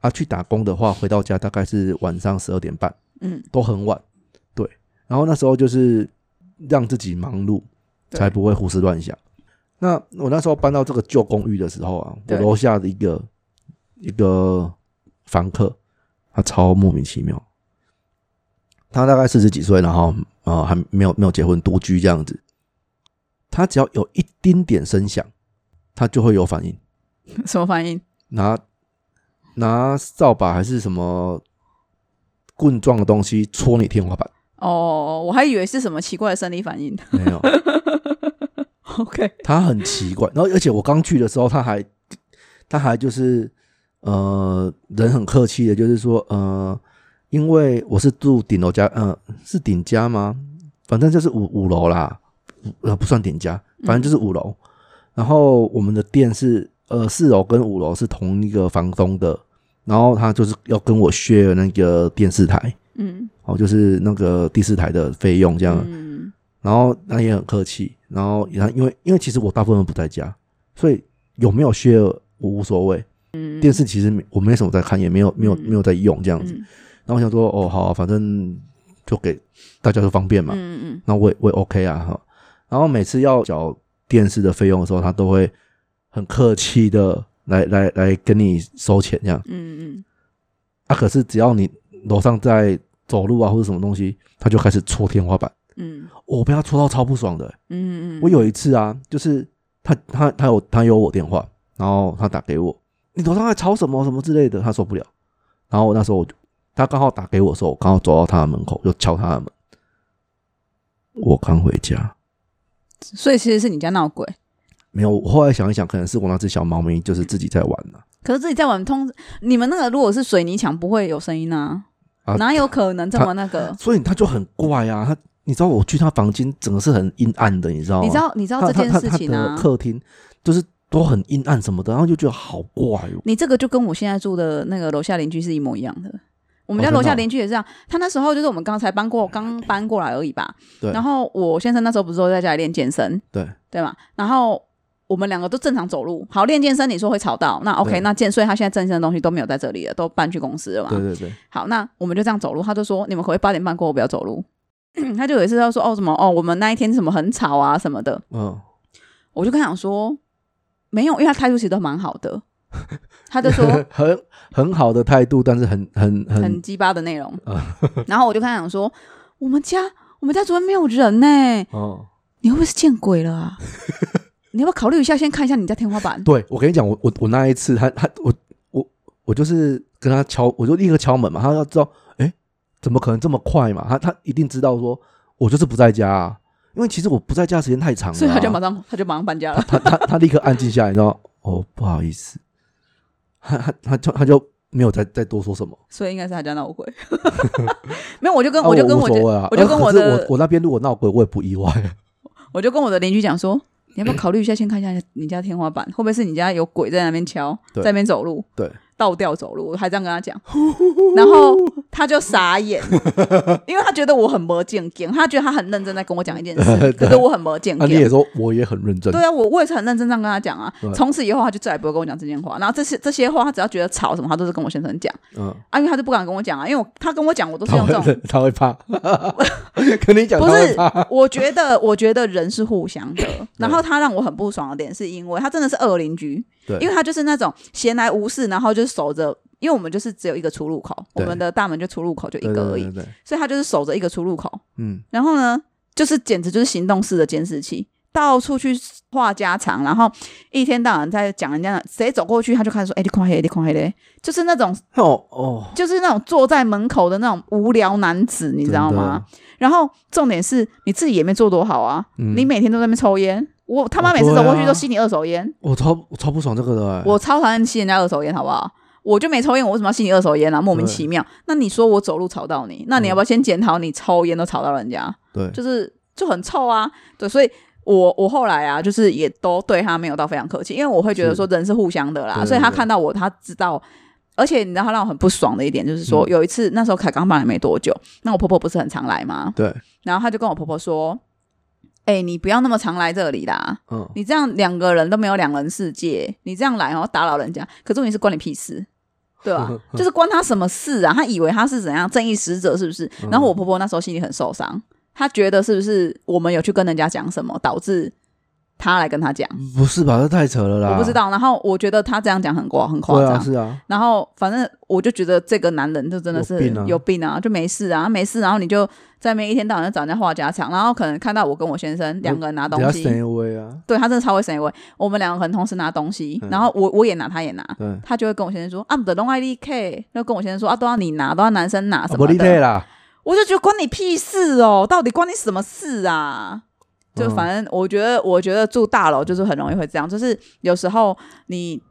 [SPEAKER 1] 啊去打工的话回到家大概是晚上十二点半，
[SPEAKER 2] 嗯，
[SPEAKER 1] 都很晚，对，然后那时候就是让自己忙碌，
[SPEAKER 2] 对
[SPEAKER 1] 才不会胡思乱想。那我那时候搬到这个旧公寓的时候啊，我
[SPEAKER 2] 对
[SPEAKER 1] 楼下的一个一个房客，他超莫名其妙。他大概四十几岁，然后呃还没有没有结婚，独居这样子。他只要有一丁点声响，他就会有反应，
[SPEAKER 2] 什么反应？
[SPEAKER 1] 拿拿扫把还是什么棍状的东西戳你天花板。
[SPEAKER 2] 哦，我还以为是什么奇怪的生理反应。
[SPEAKER 1] 没有，
[SPEAKER 2] OK，
[SPEAKER 1] 他很奇怪。然后，而且我刚去的时候，他还他还就是呃，人很客气的，就是说呃，因为我是住顶楼家，呃，是顶家吗？反正就是五五楼啦，不呃，不算顶家，反正就是五楼。然后我们的店是呃四楼跟五楼是同一个房东的，然后他就是要跟我 share 那个电视台，
[SPEAKER 2] 嗯，
[SPEAKER 1] 哦，就是那个第四台的费用这样。啊
[SPEAKER 2] 嗯，
[SPEAKER 1] 然后他也很客气，然后然后因为因为其实我大部分不在家，所以有没有 share 我无所谓。
[SPEAKER 2] 嗯
[SPEAKER 1] 电视其实没我没什么在看，也没有没有
[SPEAKER 2] 嗯
[SPEAKER 1] 没有在用这样子。
[SPEAKER 2] 嗯
[SPEAKER 1] 然后我想说，哦，好啊、反正就给大家就方便嘛。
[SPEAKER 2] 嗯嗯
[SPEAKER 1] 那我也我也 OK 啊哈。然后每次要缴电视的费用的时候，他都会很客气的来来来跟你收钱这样。
[SPEAKER 2] 嗯嗯，
[SPEAKER 1] 啊，可是只要你楼上在走路啊或者什么东西，他就开始戳天花板。
[SPEAKER 2] 嗯
[SPEAKER 1] 我被他戳到超不爽的、欸
[SPEAKER 2] 嗯嗯，
[SPEAKER 1] 我有一次啊，就是他他他有他有我电话，然后他打给我，你头上在吵什么什么之类的，他受不了。然后我那时候我就，他刚好打给我的时候，我刚好走到他的门口，就敲他的门。我刚回家，
[SPEAKER 2] 所以其实是你家闹鬼。
[SPEAKER 1] 没有。我后来想一想，可能是我那只小猫咪就是自己在玩啊了、
[SPEAKER 2] 可是自己在玩通，你们那个如果是水泥墙，不会有声音啊，
[SPEAKER 1] 啊
[SPEAKER 2] 哪有可能这么那个？
[SPEAKER 1] 所以他就很怪啊。他你知道我去他房间，整个是很阴暗的，你知道吗？
[SPEAKER 2] 你知道你知道
[SPEAKER 1] 他
[SPEAKER 2] 这
[SPEAKER 1] 他
[SPEAKER 2] 件
[SPEAKER 1] 他
[SPEAKER 2] 事
[SPEAKER 1] 他
[SPEAKER 2] 情啊
[SPEAKER 1] 的？客厅就是都很阴暗什么的，然后就觉得好怪哦。
[SPEAKER 2] 你这个就跟我现在住的那个楼下邻居是一模一样的。我们
[SPEAKER 1] 哦
[SPEAKER 2] 家
[SPEAKER 1] 真的
[SPEAKER 2] 楼下
[SPEAKER 1] 哦
[SPEAKER 2] 邻居也是这样，他那时候就是我们刚才搬过，刚搬过来而已吧。
[SPEAKER 1] 对
[SPEAKER 2] 然后我先生那时候不是都在家里练健身，
[SPEAKER 1] 对
[SPEAKER 2] 对嘛？然后我们两个都正常走路。好，练健身你说会吵到，那 OK，
[SPEAKER 1] 对
[SPEAKER 2] 那健睡他现在健身的东西都没有在这里了，都搬去公司了嘛。
[SPEAKER 1] 对对对，
[SPEAKER 2] 好，那我们就这样走路。他就说：“你们可不可以八点半过后不要走路？” 他就有一次他说：“哦什么哦，我们那一天什么很吵啊什么的。
[SPEAKER 1] 嗯。”
[SPEAKER 2] 我就跟他讲说：“没有，因为他态度其实都蛮好的。”他就说
[SPEAKER 1] 很很好的态度，但是很很：“很啊
[SPEAKER 2] 很鸡巴的内容。” 然后我就跟他讲说：“我们家我们家昨天没有人呢、
[SPEAKER 1] 哦，
[SPEAKER 2] 你会不会是见鬼了啊？ 你要不要考虑一下，先看一下你家天花板？
[SPEAKER 1] 对我跟你讲，我我我那一次他他我我我就是跟他敲，我就立刻敲门嘛，他要知道，哎，怎么可能这么快嘛？他他一定知道说我就是不在家、啊，因为其实我不在家时间太长了啊、
[SPEAKER 2] 所以他就马上他就马上搬家了。
[SPEAKER 1] 他他他立刻安静下来，你知道，哦，不好意思，他他他就他就没有再再多说什么，
[SPEAKER 2] 所以应该是他家闹鬼。 没有，我就跟
[SPEAKER 1] 啊、
[SPEAKER 2] 就跟
[SPEAKER 1] 无
[SPEAKER 2] 我
[SPEAKER 1] 所
[SPEAKER 2] 就
[SPEAKER 1] 谓啊，
[SPEAKER 2] 我就
[SPEAKER 1] 呃
[SPEAKER 2] 跟
[SPEAKER 1] 可
[SPEAKER 2] 我
[SPEAKER 1] 是
[SPEAKER 2] 的嗯
[SPEAKER 1] 我我那边如果闹鬼，我也不意外啊。
[SPEAKER 2] 我就跟我的邻居讲说，你要不要考虑一下，先看一下你家天花板，会不会是你家有鬼在那边敲，
[SPEAKER 1] 对
[SPEAKER 2] 在那边走路，
[SPEAKER 1] 对，
[SPEAKER 2] 倒吊走路，我还这样跟他讲，然后他就傻 眼，因为他觉得我很没见见，他觉得他很认真在跟我讲一件事，
[SPEAKER 1] 对
[SPEAKER 2] 可是我很没见
[SPEAKER 1] 啊，你
[SPEAKER 2] 见
[SPEAKER 1] 也。说我也很认真，
[SPEAKER 2] 对啊，我我也是很认真这样跟他讲啊
[SPEAKER 1] 对。
[SPEAKER 2] 从此以后，他就再也不会跟我讲这件话。然后这些这些话，他只要觉得吵什么，他都是跟我先生讲
[SPEAKER 1] 嗯。
[SPEAKER 2] 啊，因为他就不敢跟我讲啊，因为我他跟我讲，我都是
[SPEAKER 1] 他
[SPEAKER 2] 用这种
[SPEAKER 1] 会他会怕， 跟你讲
[SPEAKER 2] 不
[SPEAKER 1] 他会
[SPEAKER 2] 是
[SPEAKER 1] 怕，
[SPEAKER 2] 我觉得，我觉得人是互相的。然后他让我很不爽的点，是因为他真的是恶邻居，
[SPEAKER 1] 对
[SPEAKER 2] 因为他就是那种闲来无事，然后就守着。因为我们就是只有一个出入口，我
[SPEAKER 1] 对
[SPEAKER 2] 们的大门就出入口就一
[SPEAKER 1] 对
[SPEAKER 2] 个而已，
[SPEAKER 1] 对对对，
[SPEAKER 2] 所以他就是守着一个出入口。
[SPEAKER 1] 嗯，
[SPEAKER 2] 然后呢，就是简直就是行动式的监视器，到处去话家常，然后一天到晚在讲人家的谁走过去，他就开始说：“哎、你看黑，你看黑嘞！”就是那种
[SPEAKER 1] 哦哦，
[SPEAKER 2] 就是那种坐在门口的那种无聊男子，你知道吗？然后重点是你自己也没做多好啊，
[SPEAKER 1] 嗯
[SPEAKER 2] 你每天都在那边抽烟，我他妈
[SPEAKER 1] 哦
[SPEAKER 2] 每次走过
[SPEAKER 1] 对
[SPEAKER 2] 去
[SPEAKER 1] 啊
[SPEAKER 2] 都吸你二手烟，
[SPEAKER 1] 我超我超不爽这个的、欸，
[SPEAKER 2] 我超讨厌吸人家二手烟，好不好？我就没抽烟，我为什么要吸你二手烟啊？莫名
[SPEAKER 1] 对
[SPEAKER 2] 其妙。那你说我走路吵到你，那你要不要先检讨你抽烟都吵到人家，
[SPEAKER 1] 对
[SPEAKER 2] 就是就很臭啊？对，所以。我我后来啊，就是也都对他没有到非常客气，因为我会觉得说人是互相的啦，
[SPEAKER 1] 对对
[SPEAKER 2] 所以他
[SPEAKER 1] 对
[SPEAKER 2] 看到我，他知道而且你知道他让我很不爽的一点就是说，
[SPEAKER 1] 嗯
[SPEAKER 2] 有一次那时候凯刚搬来没多久，那我婆婆不是很常来吗？
[SPEAKER 1] 对，
[SPEAKER 2] 然后他就跟我婆婆说：“哎、你不要那么常来这里啦，
[SPEAKER 1] 嗯，
[SPEAKER 2] 你这样两个人都没有两人世界，你这样来哦打扰人家，可重点是关你屁事。” 对啊，就是关他什么事啊？他以为他是怎样正义使者是不是？
[SPEAKER 1] 嗯
[SPEAKER 2] 然后我婆婆那时候心里很受伤，她觉得是不是我们有去跟人家讲什么，导致她来跟他讲？
[SPEAKER 1] 不是吧？这太扯了啦！
[SPEAKER 2] 我不知，道。然后我觉得她这样讲很夸很夸
[SPEAKER 1] 啊对
[SPEAKER 2] 张，
[SPEAKER 1] 啊，是啊，
[SPEAKER 2] 然后反正我就觉得这个男人就真的是
[SPEAKER 1] 有病啊
[SPEAKER 2] 病啊就没事啊，没事，然后你就在那边一天到晚就找人家话家常，然后可能看到我跟我先生两个人拿
[SPEAKER 1] 等下
[SPEAKER 2] 东西，
[SPEAKER 1] 谁威啊？
[SPEAKER 2] 对他真的超会省位，我们两个可能同时拿东西，
[SPEAKER 1] 嗯
[SPEAKER 2] 然后我我也拿，他也拿，
[SPEAKER 1] 对，啊，
[SPEAKER 2] 他就会跟我先生说啊，不的 long I K，就跟我先生说啊，都要你拿，都要男生拿什
[SPEAKER 1] 啊不
[SPEAKER 2] 么
[SPEAKER 1] 理退
[SPEAKER 2] 的，
[SPEAKER 1] 啦，
[SPEAKER 2] 我就觉得关你屁事哦，到底关你什么事啊？就
[SPEAKER 1] 嗯
[SPEAKER 2] 反正我觉得，我觉得住大楼就是很容易会这样，就是有时候你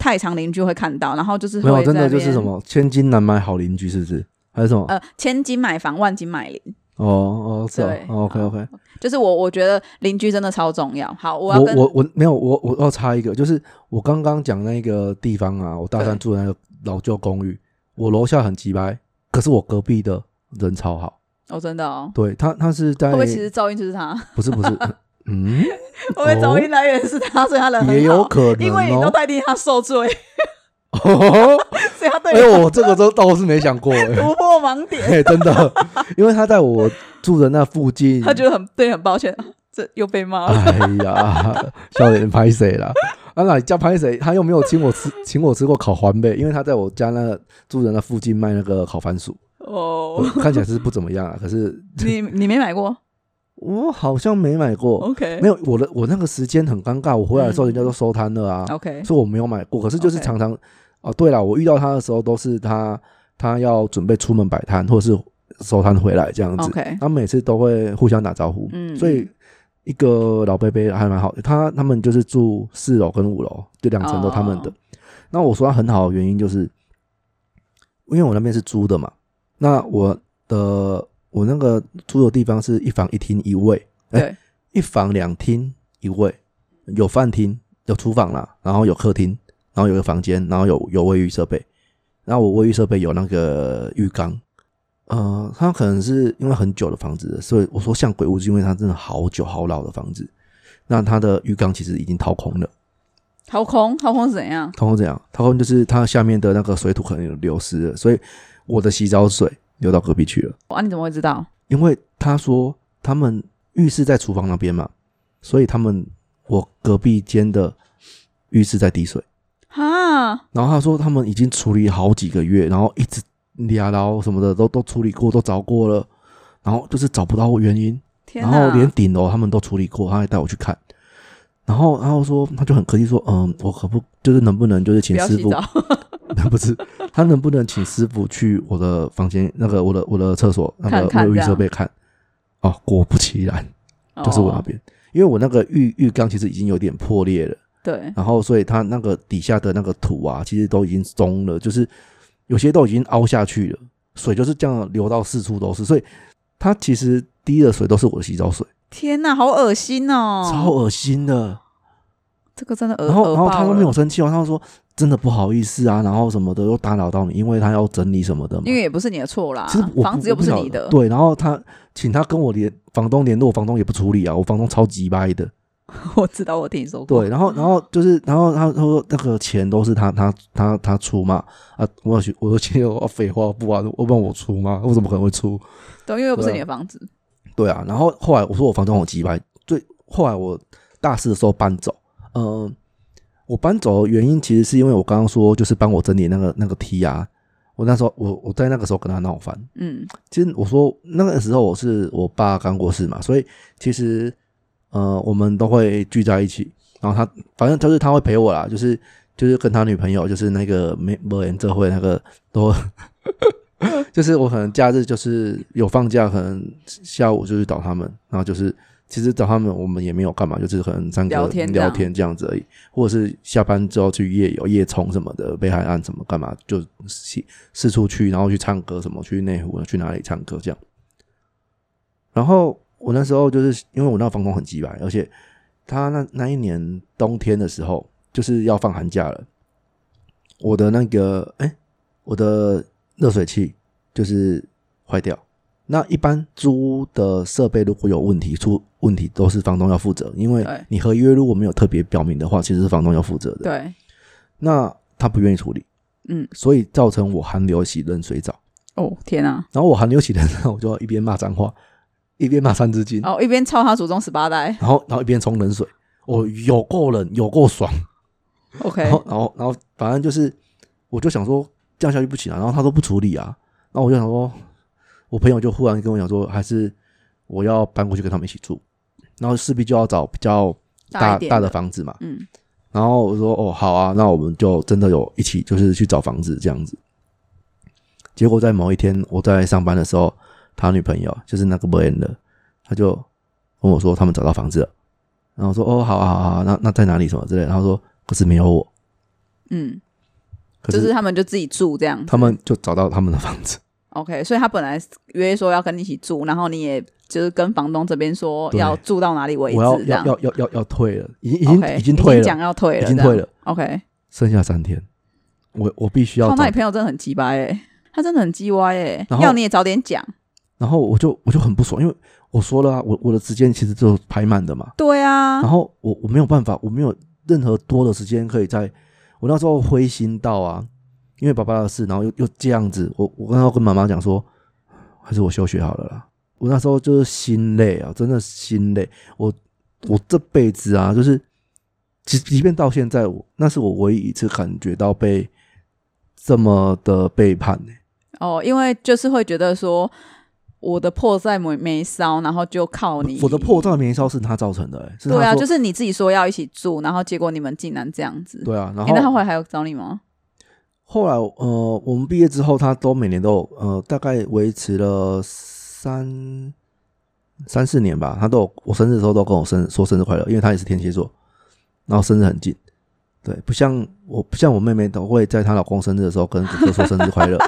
[SPEAKER 2] 太常邻居会看到，然后就是
[SPEAKER 1] 没有，
[SPEAKER 2] 会
[SPEAKER 1] 真
[SPEAKER 2] 在
[SPEAKER 1] 的
[SPEAKER 2] 那
[SPEAKER 1] 就是
[SPEAKER 2] 边
[SPEAKER 1] 什么千金难买好邻居，是不是？还是什么？
[SPEAKER 2] 呃，千金买房，万金买邻，
[SPEAKER 1] 哦哦，是
[SPEAKER 2] 对
[SPEAKER 1] 哦，OK OK。
[SPEAKER 2] 就是我我觉得邻居真的超重要。好，我
[SPEAKER 1] 我
[SPEAKER 2] 要跟
[SPEAKER 1] 我我没有，我我要插一个，就是我刚刚讲那个地方啊，我大三
[SPEAKER 2] 对
[SPEAKER 1] 住的那个老旧公寓，我楼下很鸡掰，可是我隔壁的人超好，
[SPEAKER 2] 哦真的哦，
[SPEAKER 1] 对他他是在
[SPEAKER 2] 会不会其实噪音就是他？
[SPEAKER 1] 不是不 是，嗯，
[SPEAKER 2] 会不会噪音来源是他，所以他人很好
[SPEAKER 1] 也有可能
[SPEAKER 2] 因为你都
[SPEAKER 1] 哦。
[SPEAKER 2] 代替他受罪，
[SPEAKER 1] 哦，
[SPEAKER 2] 所以他对
[SPEAKER 1] 哎
[SPEAKER 2] 你
[SPEAKER 1] 呦，我这个都倒是没想 过哎、
[SPEAKER 2] 突破盲点，
[SPEAKER 1] 嘿真的，因为他在我住的那附近，
[SPEAKER 2] 他觉得很对你很抱歉， 啊这又被骂 了。
[SPEAKER 1] 哎呀，笑脸拍谁啦？ 啊，那你家拍谁？他又没有请我吃，请我吃过烤环贝，因为他在我家那住的那附近卖那个烤番薯，
[SPEAKER 2] 哦，
[SPEAKER 1] 看起来是不怎么样啊。可是
[SPEAKER 2] 你你没买过
[SPEAKER 1] 我好像没买过，
[SPEAKER 2] ？OK，
[SPEAKER 1] 没有我的我那个时间很尴尬，我回来的时候人家都收摊了啊，
[SPEAKER 2] OK，
[SPEAKER 1] 所以我没有买过。可是就是
[SPEAKER 2] OK
[SPEAKER 1] 常常哦，对了，我遇到他的时候都是他他要准备出门摆摊，或者是收摊回来这样子。
[SPEAKER 2] OK
[SPEAKER 1] 他们每次都会互相打招呼，
[SPEAKER 2] 嗯
[SPEAKER 1] 所以一个老伯伯还蛮好的，他他们就是住四楼跟五楼，就两层都他们的。
[SPEAKER 2] 哦
[SPEAKER 1] 那我说他很好的原因就是，因为我那边是租的嘛，那我的我那个租的地方是一房一厅一卫，哎
[SPEAKER 2] 对
[SPEAKER 1] 一房两厅一卫，有饭厅，有厨房啦，然后有客厅，然后有个房间，然后有有卫浴设备，然后我卫浴设备有那个浴缸。呃，它可能是因为很久的房子了，所以我说像鬼屋，是因为它真的好久好老的房子，那它的浴缸其实已经掏空了。
[SPEAKER 2] 掏空掏空是怎样？
[SPEAKER 1] 掏空怎样？掏空就是它下面的那个水土可能有流失了，所以我的洗澡水流到隔壁去了。
[SPEAKER 2] 啊，你怎么会知道？
[SPEAKER 1] 因为他说他们浴室在厨房那边嘛，所以他们我隔壁间的浴室在滴水。
[SPEAKER 2] 哈，
[SPEAKER 1] 然后他说他们已经处理好几个月，然后一直俩捞什么的都都处理过，都找过了，然后就是找不到原因。
[SPEAKER 2] 天
[SPEAKER 1] 然
[SPEAKER 2] 哪！
[SPEAKER 1] 后连顶楼他们都处理过，他还带我去看。然后，然后说他就很客气说，嗯，我可不就是能不能就是
[SPEAKER 2] 不
[SPEAKER 1] 请
[SPEAKER 2] 要
[SPEAKER 1] 师
[SPEAKER 2] 洗
[SPEAKER 1] 傅
[SPEAKER 2] 澡，
[SPEAKER 1] 不是，他能不能请师傅去我的房间那个我的我的厕所那
[SPEAKER 2] 看看
[SPEAKER 1] 个卫浴
[SPEAKER 2] 这样
[SPEAKER 1] 设备看？哦，果不其然，就是我那
[SPEAKER 2] 哦
[SPEAKER 1] 边，因为我那个浴浴缸其实已经有点破裂了，
[SPEAKER 2] 对
[SPEAKER 1] 然后所以它那个底下的那个土啊，其实都已经松了，就是有些都已经凹下去了，水就是这样流到四处都是，所以它其实滴的水都是我的洗澡水，
[SPEAKER 2] 天哪，好恶心哦！
[SPEAKER 1] 超恶心的。
[SPEAKER 2] 这个真的恶
[SPEAKER 1] 然后然后他都没，
[SPEAKER 2] 恶爆
[SPEAKER 1] 有
[SPEAKER 2] 了
[SPEAKER 1] 生气哦，他说真的不好意思啊，然后什么的又打扰到你，因为他要整理什么的嘛。
[SPEAKER 2] 因为也不是你的错啦
[SPEAKER 1] 其实我，不
[SPEAKER 2] 啊房子又不是
[SPEAKER 1] 我晓
[SPEAKER 2] 你
[SPEAKER 1] 得
[SPEAKER 2] 的，
[SPEAKER 1] 对，然后他请他跟我联房东联络，房东也不处理啊，我房东超级掰的，
[SPEAKER 2] 我知道，我听说过。嗯
[SPEAKER 1] 对，然后然后就是，然后他他说那个钱都是他他他他出嘛，啊，我要去，我说今天我废话不啊，要不然我出吗？我怎么可能会出？
[SPEAKER 2] 对，因为又不是
[SPEAKER 1] 对啊
[SPEAKER 2] 你的房子。
[SPEAKER 1] 对啊，然后后来我说我房东很鸡掰，最后来我大四的时候搬走，嗯、我搬走的原因其实是因为我刚刚说就是帮我整理那个那个梯啊，我那时候我我在那个时候跟他闹翻，
[SPEAKER 2] 嗯，
[SPEAKER 1] 其实我说那个时候我是我爸刚过世嘛，所以其实呃我们都会聚在一起，然后他反正就是他会陪我啦，就是就是跟他女朋友就是那个没没人这会那个都， 就是我可能假日就是有放假，可能下午就去找他们，然后就是其实找他们我们也没有干嘛，就是可能三个
[SPEAKER 2] 聊天这样
[SPEAKER 1] 聊天这样子而已，或者是下班之后去夜游、夜冲什么的，北海岸什么干嘛就四四处去，然后去唱歌什么，去内湖啊去哪里唱歌这样。然后我那时候就是因为我那个房东很鸡巴，而且他那那一年冬天的时候就是要放寒假了，我的那个哎、我的热水器就是坏掉。那一般租屋的设备如果有问题，出问题都是房东要负责，因为
[SPEAKER 2] 对
[SPEAKER 1] 你合约如果没有特别表明的话，其实是房东要负责的。
[SPEAKER 2] 对，
[SPEAKER 1] 那他不愿意处理，
[SPEAKER 2] 嗯，
[SPEAKER 1] 所以造成我寒流洗冷水澡。
[SPEAKER 2] 哦天啊，
[SPEAKER 1] 然后我寒流洗冷水澡，我就要一边骂脏话，一边骂三字经，
[SPEAKER 2] 哦一边抄他祖宗十八代
[SPEAKER 1] 然后然后一边冲冷水，我有够冷，有够爽。
[SPEAKER 2] ，OK，
[SPEAKER 1] 然 后然后然后反正就是，我就想说这样下去不行啊，然后他都不处理啊，然后我就想说，我朋友就忽然跟我讲说，还是我要搬过去跟他们一起住，然后势必就要找比较
[SPEAKER 2] 大
[SPEAKER 1] 大
[SPEAKER 2] 一点
[SPEAKER 1] 大的，房子嘛，
[SPEAKER 2] 嗯，
[SPEAKER 1] 然后我说哦好啊，那我们就真的有一起就是去找房子这样子。结果在某一天我在上班的时候，他女朋友就是那个 b r a n 的，他就跟我说他们找到房子了，然后我说哦好啊好啊好啊，那那在哪里什么之类的，然后说可是没有我，
[SPEAKER 2] 嗯，
[SPEAKER 1] 可
[SPEAKER 2] 就是是他们就自己住这样
[SPEAKER 1] 他们就找到他们的房子，
[SPEAKER 2] ，OK，所以他本来约说要跟你一起住，然后你也就是跟房东这边说
[SPEAKER 1] 对
[SPEAKER 2] 要住到哪里为
[SPEAKER 1] 我要
[SPEAKER 2] 止，这
[SPEAKER 1] 要
[SPEAKER 2] 样
[SPEAKER 1] 要要要要退了，已经已
[SPEAKER 2] o
[SPEAKER 1] 经
[SPEAKER 2] k
[SPEAKER 1] 已经退
[SPEAKER 2] 讲
[SPEAKER 1] 了，
[SPEAKER 2] 要退了，
[SPEAKER 1] 已经退了，
[SPEAKER 2] 这样，OK，
[SPEAKER 1] 剩下三天，我我必须要
[SPEAKER 2] 靠，
[SPEAKER 1] 找
[SPEAKER 2] 那你朋友真的很鸡掰哎，他真的很鸡歪哎
[SPEAKER 1] 然，后
[SPEAKER 2] 要你也早点讲，
[SPEAKER 1] 然后我就我就很不爽，因为我说了啊，我我的时间其实就排满的嘛，
[SPEAKER 2] 对啊
[SPEAKER 1] 然，后我我没有办法，我没有任何多的时间可以在，我那时候灰心到啊，因为爸爸的事，然后又又这样子，我我刚刚跟妈妈讲说，还是我休学好了啦。我那时候就是心累啊，真的心累。我我这辈子啊，就是即即便到现在，我那是我唯一一次感觉到被这么的背叛、欸、
[SPEAKER 2] 哦，因为就是会觉得说我的破绽没没烧，然后就靠你。
[SPEAKER 1] 我的破绽没烧是他造成的、欸，是他
[SPEAKER 2] 对啊，
[SPEAKER 1] 说
[SPEAKER 2] 就是你自己说要一起住，然后结果你们竟欸然这样子。
[SPEAKER 1] 对啊。然
[SPEAKER 2] 诶那他
[SPEAKER 1] 后
[SPEAKER 2] 后来还有找你吗？
[SPEAKER 1] 后来，呃，我们毕业之后，他都每年都有，呃，大概维持了三三四年吧。他都有我生日的时候都跟我生说生日快乐，因为他也是天蝎座，然后生日很近。对，不像我，不像我妹妹都会在她老公生日的时候跟哥哥说生日快乐，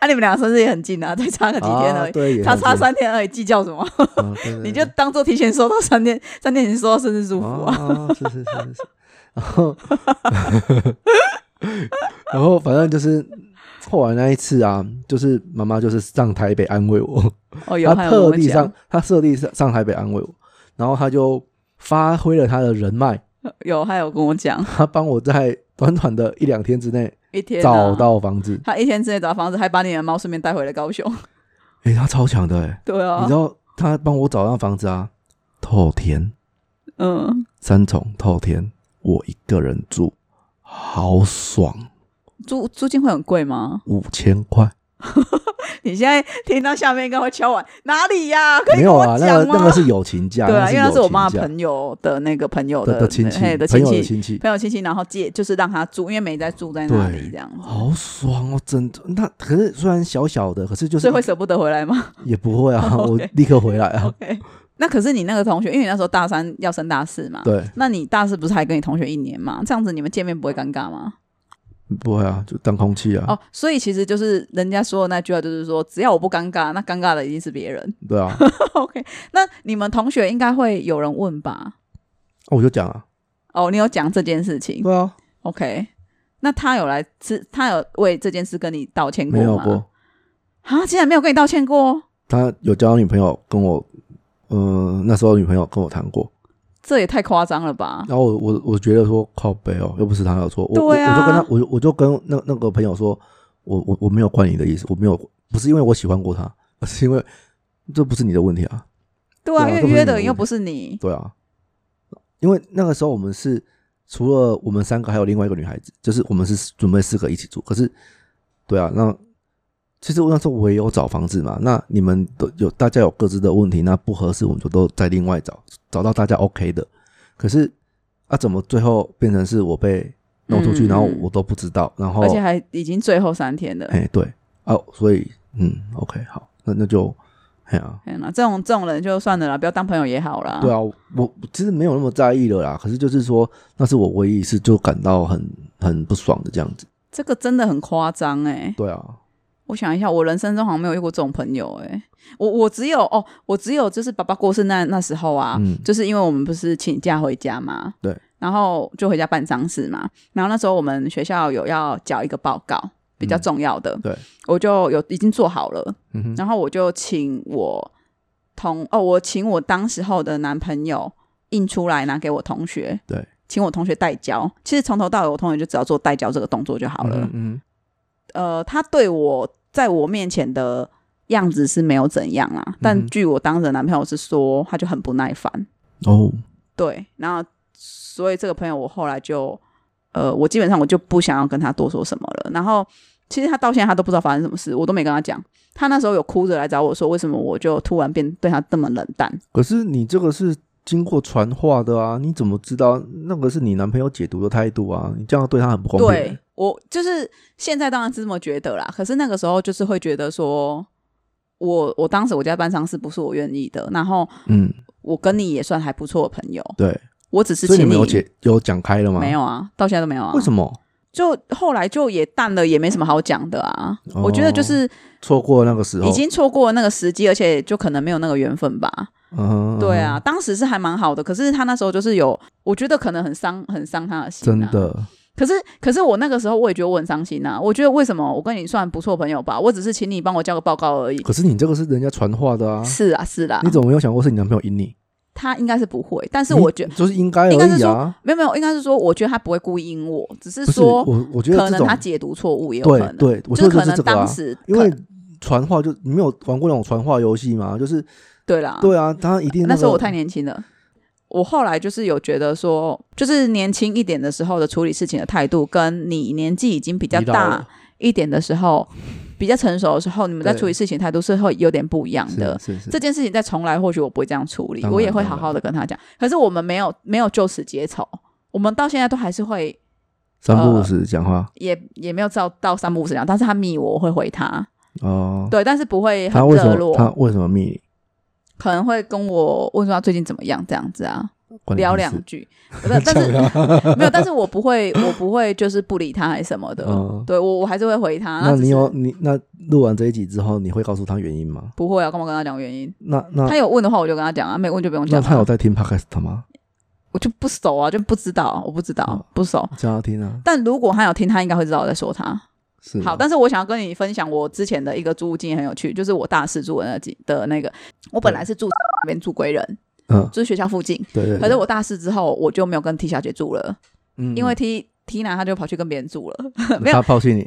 [SPEAKER 2] 啊，你们俩生日也 很近啊，再 差个几天而
[SPEAKER 1] 啊、
[SPEAKER 2] 已，
[SPEAKER 1] 对，也
[SPEAKER 2] 差
[SPEAKER 1] 很
[SPEAKER 2] 差
[SPEAKER 1] 近，
[SPEAKER 2] 三天而已，计较什么？
[SPEAKER 1] 啊对对
[SPEAKER 2] 你
[SPEAKER 1] 对
[SPEAKER 2] 就当做提前收到三天，三天已经收到生日祝福啊。
[SPEAKER 1] 啊，是是是是是，然后 然后反正就是后来那一次啊，就是妈妈就是上台北安慰我。
[SPEAKER 2] 哦，有，还
[SPEAKER 1] 他
[SPEAKER 2] 有跟
[SPEAKER 1] 特
[SPEAKER 2] 我
[SPEAKER 1] 地上
[SPEAKER 2] 讲，
[SPEAKER 1] 他特地上上台北安慰我，然后他就发挥了他的人脉，
[SPEAKER 2] 有，还有跟我讲，
[SPEAKER 1] 他帮我在短短的一两天之内
[SPEAKER 2] 一天啊
[SPEAKER 1] 找。到房子。
[SPEAKER 2] 他一天之内找到房子，还把你的猫顺便带回了高雄。
[SPEAKER 1] 诶，他超强的诶，
[SPEAKER 2] 对啊
[SPEAKER 1] 你知，道他帮我找到房子啊，透天
[SPEAKER 2] 嗯，
[SPEAKER 1] 三重透天，我一个人住，好爽，
[SPEAKER 2] 租租金会很贵吗？
[SPEAKER 1] 五千块。
[SPEAKER 2] 你现在听到下面应该会敲碗，哪里呀、可
[SPEAKER 1] 没
[SPEAKER 2] 以跟
[SPEAKER 1] 有
[SPEAKER 2] 我
[SPEAKER 1] 啊，那
[SPEAKER 2] 讲
[SPEAKER 1] 个
[SPEAKER 2] 吗？
[SPEAKER 1] 那个是友情价，
[SPEAKER 2] 对啊，因为那
[SPEAKER 1] 那
[SPEAKER 2] 是我妈
[SPEAKER 1] 友情价
[SPEAKER 2] 朋友的那个朋友
[SPEAKER 1] 的的亲戚，
[SPEAKER 2] 嘿的
[SPEAKER 1] 朋
[SPEAKER 2] 亲
[SPEAKER 1] 友的
[SPEAKER 2] 戚，
[SPEAKER 1] 亲戚，
[SPEAKER 2] 朋友亲戚，然后借就是让他住，因为没在住在那里
[SPEAKER 1] 对
[SPEAKER 2] 这样子，
[SPEAKER 1] 好爽哦，真的。那可是虽然小小的，可是就是
[SPEAKER 2] 所以会舍不得回来吗
[SPEAKER 1] 也不会啊，我
[SPEAKER 2] OK
[SPEAKER 1] 立刻回来 啊。
[SPEAKER 2] ？OK，那可是你那个同学，因为你那时候大三要升大四嘛，
[SPEAKER 1] 对，啊
[SPEAKER 2] 那你大四不是还跟你同学一年嘛？这样子你们见面不会尴尬吗？
[SPEAKER 1] 不会啊，就当空气啊。
[SPEAKER 2] 哦，所以其实就是人家说的那句话，就是说只要我不尴尬，那尴尬的一定是别人。
[SPEAKER 1] 对啊，
[SPEAKER 2] OK，那你们同学应该会有人问吧？
[SPEAKER 1] 我就讲啊，
[SPEAKER 2] 哦，你有讲这件事情，
[SPEAKER 1] 对啊，
[SPEAKER 2] OK，那他有来吃，他有为这件事跟你道歉过
[SPEAKER 1] 没
[SPEAKER 2] 吗？
[SPEAKER 1] 有过。
[SPEAKER 2] 啊，竟然没有跟你道歉过，
[SPEAKER 1] 他有交女朋友跟我，嗯，那时候女朋友跟我谈过，
[SPEAKER 2] 这也太夸张了吧？
[SPEAKER 1] 然后我我我觉得说靠背哦，又不是他的错，我我我
[SPEAKER 2] 对啊
[SPEAKER 1] 就跟他，我就我就跟那那个朋友说，我我我没有怪你的意思，我没有，不是因为我喜欢过他，而是因为这不是你的问题啊，
[SPEAKER 2] 对啊，
[SPEAKER 1] 对啊这
[SPEAKER 2] 因为
[SPEAKER 1] 不是
[SPEAKER 2] 约
[SPEAKER 1] 你的
[SPEAKER 2] 的人又
[SPEAKER 1] 问题
[SPEAKER 2] 不是你，
[SPEAKER 1] 对啊，因为那个时候我们是除了我们三个，还有另外一个女孩子，就是我们是准备四个一起住。可是，对啊，那其实我那时候我也有找房子嘛。那你们都有大家有各自的问题，那不合适我们就都再另外找，找到大家 OK 的。可是啊，怎么最后变成是我被弄出去，
[SPEAKER 2] 嗯
[SPEAKER 1] 然后我都不知道，然后
[SPEAKER 2] 而且还已经最后三天了。
[SPEAKER 1] 哦哎对啊，所以嗯 OK 好，那那就哎呀、
[SPEAKER 2] 天哪，这种这种人就算了啦，不要当朋友也好啦。
[SPEAKER 1] 对啊，我我其实没有那么在意了啦。可是就是说，那是我唯一一次就感到很很不爽的这样子。
[SPEAKER 2] 这个真的很夸张哎、
[SPEAKER 1] 对啊，
[SPEAKER 2] 我想一下，我人生中好像没有遇过这种朋友哎、我我只有哦，我只有就是爸爸过世那那时候啊，
[SPEAKER 1] 嗯
[SPEAKER 2] 就是因为我们不是请假回家嘛，
[SPEAKER 1] 对，
[SPEAKER 2] 然后就回家办丧事嘛，然后那时候我们学校有要交一个报告，比较重要的，
[SPEAKER 1] 嗯对，
[SPEAKER 2] 我就有已经做好了，
[SPEAKER 1] 嗯哼，
[SPEAKER 2] 然后我就请我同哦，我请我当时候的男朋友印出来拿给我同学，
[SPEAKER 1] 对，
[SPEAKER 2] 请我同学代交。其实从头到尾，我同学就只要做代交这个动作就好了。
[SPEAKER 1] 嗯嗯
[SPEAKER 2] 呃，他对我在我面前的样子是没有怎样啦，
[SPEAKER 1] 嗯
[SPEAKER 2] 但
[SPEAKER 1] 哼
[SPEAKER 2] 据我当时的男朋友是说，他就很不耐烦。
[SPEAKER 1] 哦，
[SPEAKER 2] 对，然后所以这个朋友我后来就，呃，我基本上我就不想要跟他多说什么了。然后其实他到现在他都不知道发生什么事，我都没跟他讲。他那时候有哭着来找我说，为什么我就突然变对他这么冷淡？
[SPEAKER 1] 可是你这个是经过传话的啊，你怎么知道那个是你男朋友解读的态度啊？你这样对他很不公平、
[SPEAKER 2] 对我就是现在当然是这么觉得啦，可是那个时候就是会觉得说，我我当时我家办丧事不是我愿意的，然后
[SPEAKER 1] 嗯，
[SPEAKER 2] 我跟你也算还不错的朋友，
[SPEAKER 1] 对，
[SPEAKER 2] 我只是
[SPEAKER 1] 所以
[SPEAKER 2] 请
[SPEAKER 1] 你们有解有讲开了吗？
[SPEAKER 2] 没、有啊，到现在都没有啊。
[SPEAKER 1] 为什么
[SPEAKER 2] 就后来就也淡了，也没什么好讲的啊。
[SPEAKER 1] 哦
[SPEAKER 2] 我觉得就是
[SPEAKER 1] 错过那个时候？
[SPEAKER 2] 已经错过了那个时机，而且就可能没有那个缘分吧。
[SPEAKER 1] 嗯，
[SPEAKER 2] 对啊，，当时是还蛮好的，可是他那时候就是有，我觉得可能很伤，很伤他的心、啊
[SPEAKER 1] 真。的，
[SPEAKER 2] 可是，可是我那个时候我也觉得我很伤心啊。我觉得为什么我跟你算不错朋友吧，我只是请你帮我交个报告而已。
[SPEAKER 1] 可是你这个是人家传话的啊，
[SPEAKER 2] 是啊，是啊
[SPEAKER 1] 你，怎么没有想过是你男朋友赢你？
[SPEAKER 2] 他应该是不会，但是我觉得
[SPEAKER 1] 你就是应该而
[SPEAKER 2] 应该是
[SPEAKER 1] 已
[SPEAKER 2] 说
[SPEAKER 1] 啊，
[SPEAKER 2] 没有没有，应该是说我觉得他不会故意阴我，只是
[SPEAKER 1] 不是
[SPEAKER 2] 说
[SPEAKER 1] 我，我觉
[SPEAKER 2] 可
[SPEAKER 1] 得这
[SPEAKER 2] 能
[SPEAKER 1] 种
[SPEAKER 2] 他解读错误也有可
[SPEAKER 1] 对
[SPEAKER 2] 能，
[SPEAKER 1] 对，我觉得
[SPEAKER 2] 就可
[SPEAKER 1] 就是
[SPEAKER 2] 能
[SPEAKER 1] 这个
[SPEAKER 2] 当
[SPEAKER 1] 啊，
[SPEAKER 2] 时可
[SPEAKER 1] 因为传话就你没有玩过那种传话游戏吗？就是
[SPEAKER 2] 对啦，
[SPEAKER 1] 对啊，他一定
[SPEAKER 2] 那时候
[SPEAKER 1] 个
[SPEAKER 2] 我太年轻了。我后来就是有觉得说，就是年轻一点的时候的处理事情的态度，跟你年纪已经比较
[SPEAKER 1] 疲劳
[SPEAKER 2] 大
[SPEAKER 1] 了
[SPEAKER 2] 一点的时候，比较成熟的时候，你们在
[SPEAKER 1] 对
[SPEAKER 2] 处理事情的态度是会有点不一样的。
[SPEAKER 1] 是是是，
[SPEAKER 2] 这件事情再重来，或许我不会这样处理，
[SPEAKER 1] 当然
[SPEAKER 2] 我也会好好的跟他讲。可是我们没有没有就此结仇，我们到现在都还是会，
[SPEAKER 1] 三不五
[SPEAKER 2] 呃
[SPEAKER 1] 时讲话
[SPEAKER 2] 也也没有到到三不五时讲，但是他密我，我会回他，
[SPEAKER 1] 哦。
[SPEAKER 2] 对，但是不会
[SPEAKER 1] 他
[SPEAKER 2] 很
[SPEAKER 1] 为什
[SPEAKER 2] 热
[SPEAKER 1] 么
[SPEAKER 2] 络，
[SPEAKER 1] 他为什么密你？
[SPEAKER 2] 可能会跟我问说他最近怎么样这样子啊，
[SPEAKER 1] 关你
[SPEAKER 2] 聊
[SPEAKER 1] 屁
[SPEAKER 2] 两
[SPEAKER 1] 事
[SPEAKER 2] 句，呃但但是 没有，但是我不会，我不会就是不理他还是什么的，
[SPEAKER 1] 嗯
[SPEAKER 2] 对我我还是会回他。
[SPEAKER 1] 那
[SPEAKER 2] 只
[SPEAKER 1] 你
[SPEAKER 2] 是
[SPEAKER 1] 有你那录完这一集之后，你会告诉他原因吗？
[SPEAKER 2] 不会啊？干嘛跟他讲原因？
[SPEAKER 1] 那那
[SPEAKER 2] 他有问的话我就跟他讲啊，没问就不用
[SPEAKER 1] 那
[SPEAKER 2] 讲、
[SPEAKER 1] 他
[SPEAKER 2] 啊
[SPEAKER 1] 有。在听 podcast 吗？
[SPEAKER 2] 我就不熟啊，就不知道，我不知道，
[SPEAKER 1] 哦
[SPEAKER 2] 不熟。
[SPEAKER 1] 叫他听啊，
[SPEAKER 2] 但如果他有听，他应该会知道我在说他。
[SPEAKER 1] 是哦吗
[SPEAKER 2] 好，但是我想要跟你分享我之前的一个租屋经验很有趣，就是我大四住的那几的那个，我本来是住那边住归人，
[SPEAKER 1] 嗯，
[SPEAKER 2] 就是学校附近。
[SPEAKER 1] 对对
[SPEAKER 2] 可
[SPEAKER 1] 对，
[SPEAKER 2] 是我大四之后，我就没有跟 T 小姐住了，
[SPEAKER 1] 嗯
[SPEAKER 2] 因为
[SPEAKER 1] 嗯
[SPEAKER 2] T T 娜她就跑去跟别人住了。 没有
[SPEAKER 1] 他抛弃你，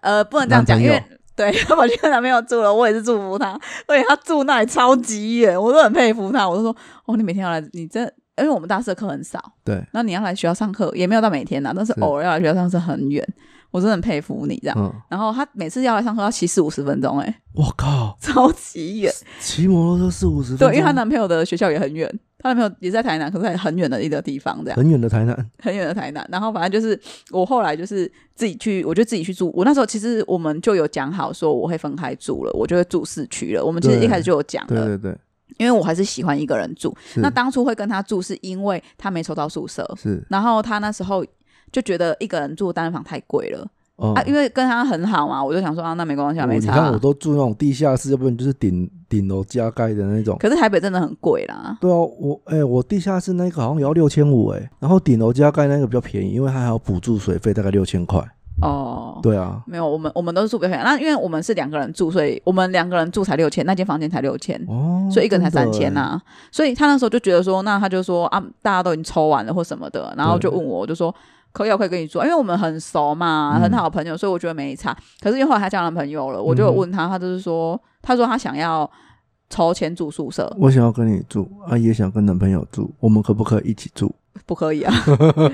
[SPEAKER 2] 呃，不能这样讲，
[SPEAKER 1] 男
[SPEAKER 2] 因
[SPEAKER 1] 朋友
[SPEAKER 2] 为对 他跑去跟男朋友住了，我也是祝福他，而且他住那里超级远，我都很佩服他。我就说，哦，你每天要来，你真的，因为我们大社课很少，
[SPEAKER 1] 对，
[SPEAKER 2] 然后你要来学校上课，也没有到每天啦，但是
[SPEAKER 1] 是
[SPEAKER 2] 偶尔要来学校上课很远，我真的很佩服你这样。
[SPEAKER 1] 嗯，
[SPEAKER 2] 然后他每次要来上课要骑四五十分钟、欸， 哎，
[SPEAKER 1] 我靠，
[SPEAKER 2] 超级远。
[SPEAKER 1] 骑摩托车四五十分
[SPEAKER 2] 对，因为她
[SPEAKER 1] 钟
[SPEAKER 2] 男朋友的学校也很远，她男朋友也在台南，可是在很远的一个地方，这样。
[SPEAKER 1] 很远的台南，
[SPEAKER 2] 很远的台南，然后反正就是我后来就是自己去，我就自己去住。我那时候其实我们就有讲好说我会分开住了，我就会住市区了。我们其实
[SPEAKER 1] 对
[SPEAKER 2] 一开始就有讲
[SPEAKER 1] 对
[SPEAKER 2] 了，
[SPEAKER 1] 对对，
[SPEAKER 2] 因为我还是喜欢一个人住。
[SPEAKER 1] 是
[SPEAKER 2] 那当初会跟他住，是因为他没抽到宿舍，
[SPEAKER 1] 是
[SPEAKER 2] 然后他那时候就觉得一个人住单人房太贵了、
[SPEAKER 1] 哦
[SPEAKER 2] 啊，因为跟他很好嘛，我就想说啊，那没关系，啊，
[SPEAKER 1] 我
[SPEAKER 2] 没
[SPEAKER 1] 你
[SPEAKER 2] 差
[SPEAKER 1] 看我
[SPEAKER 2] 啊。
[SPEAKER 1] 都住那种地下室，要不然就是顶顶楼加盖的那种。
[SPEAKER 2] 可是台北真的很贵啦，
[SPEAKER 1] 对啊，我哎、我地下室那个好像也要六千五哎，然后顶楼加盖那个比较便宜，因为它还有补助水费，大概六千块。
[SPEAKER 2] 哦，
[SPEAKER 1] 对啊，
[SPEAKER 2] 没有，我们我们都是住比较远。那因为我们是两个人住，所以我们两个人住才六千，那间房间才六千。
[SPEAKER 1] 哦，
[SPEAKER 2] 所以一个人才三千啊
[SPEAKER 1] 呐、
[SPEAKER 2] 呐、所以他那时候就觉得说，那他就说啊，大家都已经抽完了或什么的，然后就问我，我就说可以啊，我可以跟你住啊，因为我们很熟嘛，
[SPEAKER 1] 嗯嗯
[SPEAKER 2] 很好的朋友，所以我觉得没差。可是因为后来他交男朋友了，我就有问他，他就是说，他说他想要抽签住宿舍，
[SPEAKER 1] 欸我想要跟你住，啊，也想跟男朋友住，我们可不可以一起住？
[SPEAKER 2] 不 可以啊，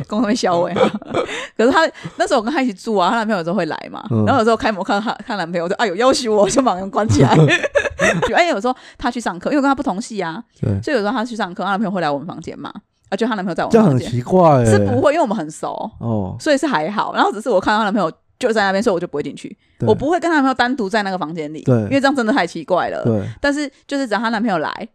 [SPEAKER 2] 公会消委啊。 可是他那时候我跟他一起住啊，她男朋友有时候会来嘛，
[SPEAKER 1] 嗯
[SPEAKER 2] 然后有时候开门看她看男朋友就哎呦要挟我，就把门关起来。 就哎有时候他去上课，因为我跟他不同系啊，
[SPEAKER 1] 对，
[SPEAKER 2] 所以有时候她去上课，她男朋友会来我们房间嘛，啊，就她男朋友在我
[SPEAKER 1] 这样
[SPEAKER 2] 们房
[SPEAKER 1] 很
[SPEAKER 2] 间，
[SPEAKER 1] 奇怪哎、
[SPEAKER 2] 是不会，因为我们很熟，
[SPEAKER 1] 哦，
[SPEAKER 2] 所以是还好。然后只是我看到她男朋友就在那边，所以我就不会进去，
[SPEAKER 1] 对
[SPEAKER 2] 我不会跟她男朋友单独在那个房间里，
[SPEAKER 1] 对
[SPEAKER 2] 因为这样真的太奇怪了。
[SPEAKER 1] 对，
[SPEAKER 2] 但是就是只要她男朋友来，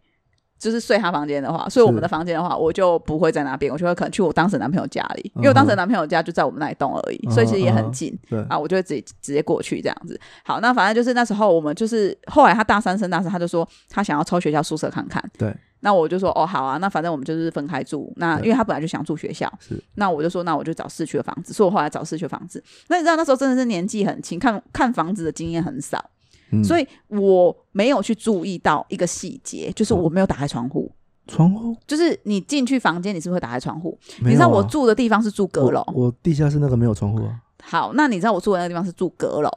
[SPEAKER 2] 就是睡他房间的话，睡我们
[SPEAKER 1] 是
[SPEAKER 2] 的房间的话，我就不会在那边，我就会可能去我当时男朋友家里，因为我当时男朋友家就在我们那一栋而已，所以其实也
[SPEAKER 1] 嗯嗯嗯
[SPEAKER 2] 很
[SPEAKER 1] 嗯
[SPEAKER 2] 近。
[SPEAKER 1] 对，
[SPEAKER 2] 啊，我就会直接直接过去这样子。好，那反正就是那时候我们就是后来他大三升大四，他就说他想要抽学校宿舍看看。
[SPEAKER 1] 对，
[SPEAKER 2] 那我就说哦好啊，那反正我们就是分开住。那
[SPEAKER 1] 对
[SPEAKER 2] 因为他本来就想住学校
[SPEAKER 1] 是，
[SPEAKER 2] 那我就说那我就找市区的房子，所以我后来找市区的房子。那你知道那时候真的是年纪很轻，看看房子的经验很少，
[SPEAKER 1] 嗯
[SPEAKER 2] 所以我没有去注意到一个细节，就是
[SPEAKER 1] 嗯
[SPEAKER 2] 我没有打开窗户。
[SPEAKER 1] 窗户
[SPEAKER 2] 就是你进去房间，你是不是会打开窗户？
[SPEAKER 1] 没有啊、
[SPEAKER 2] 你知道我住的地方是住阁楼，
[SPEAKER 1] 我，我地下室那个没有窗户啊。
[SPEAKER 2] 好，那你知道我住的那个地方是住阁楼，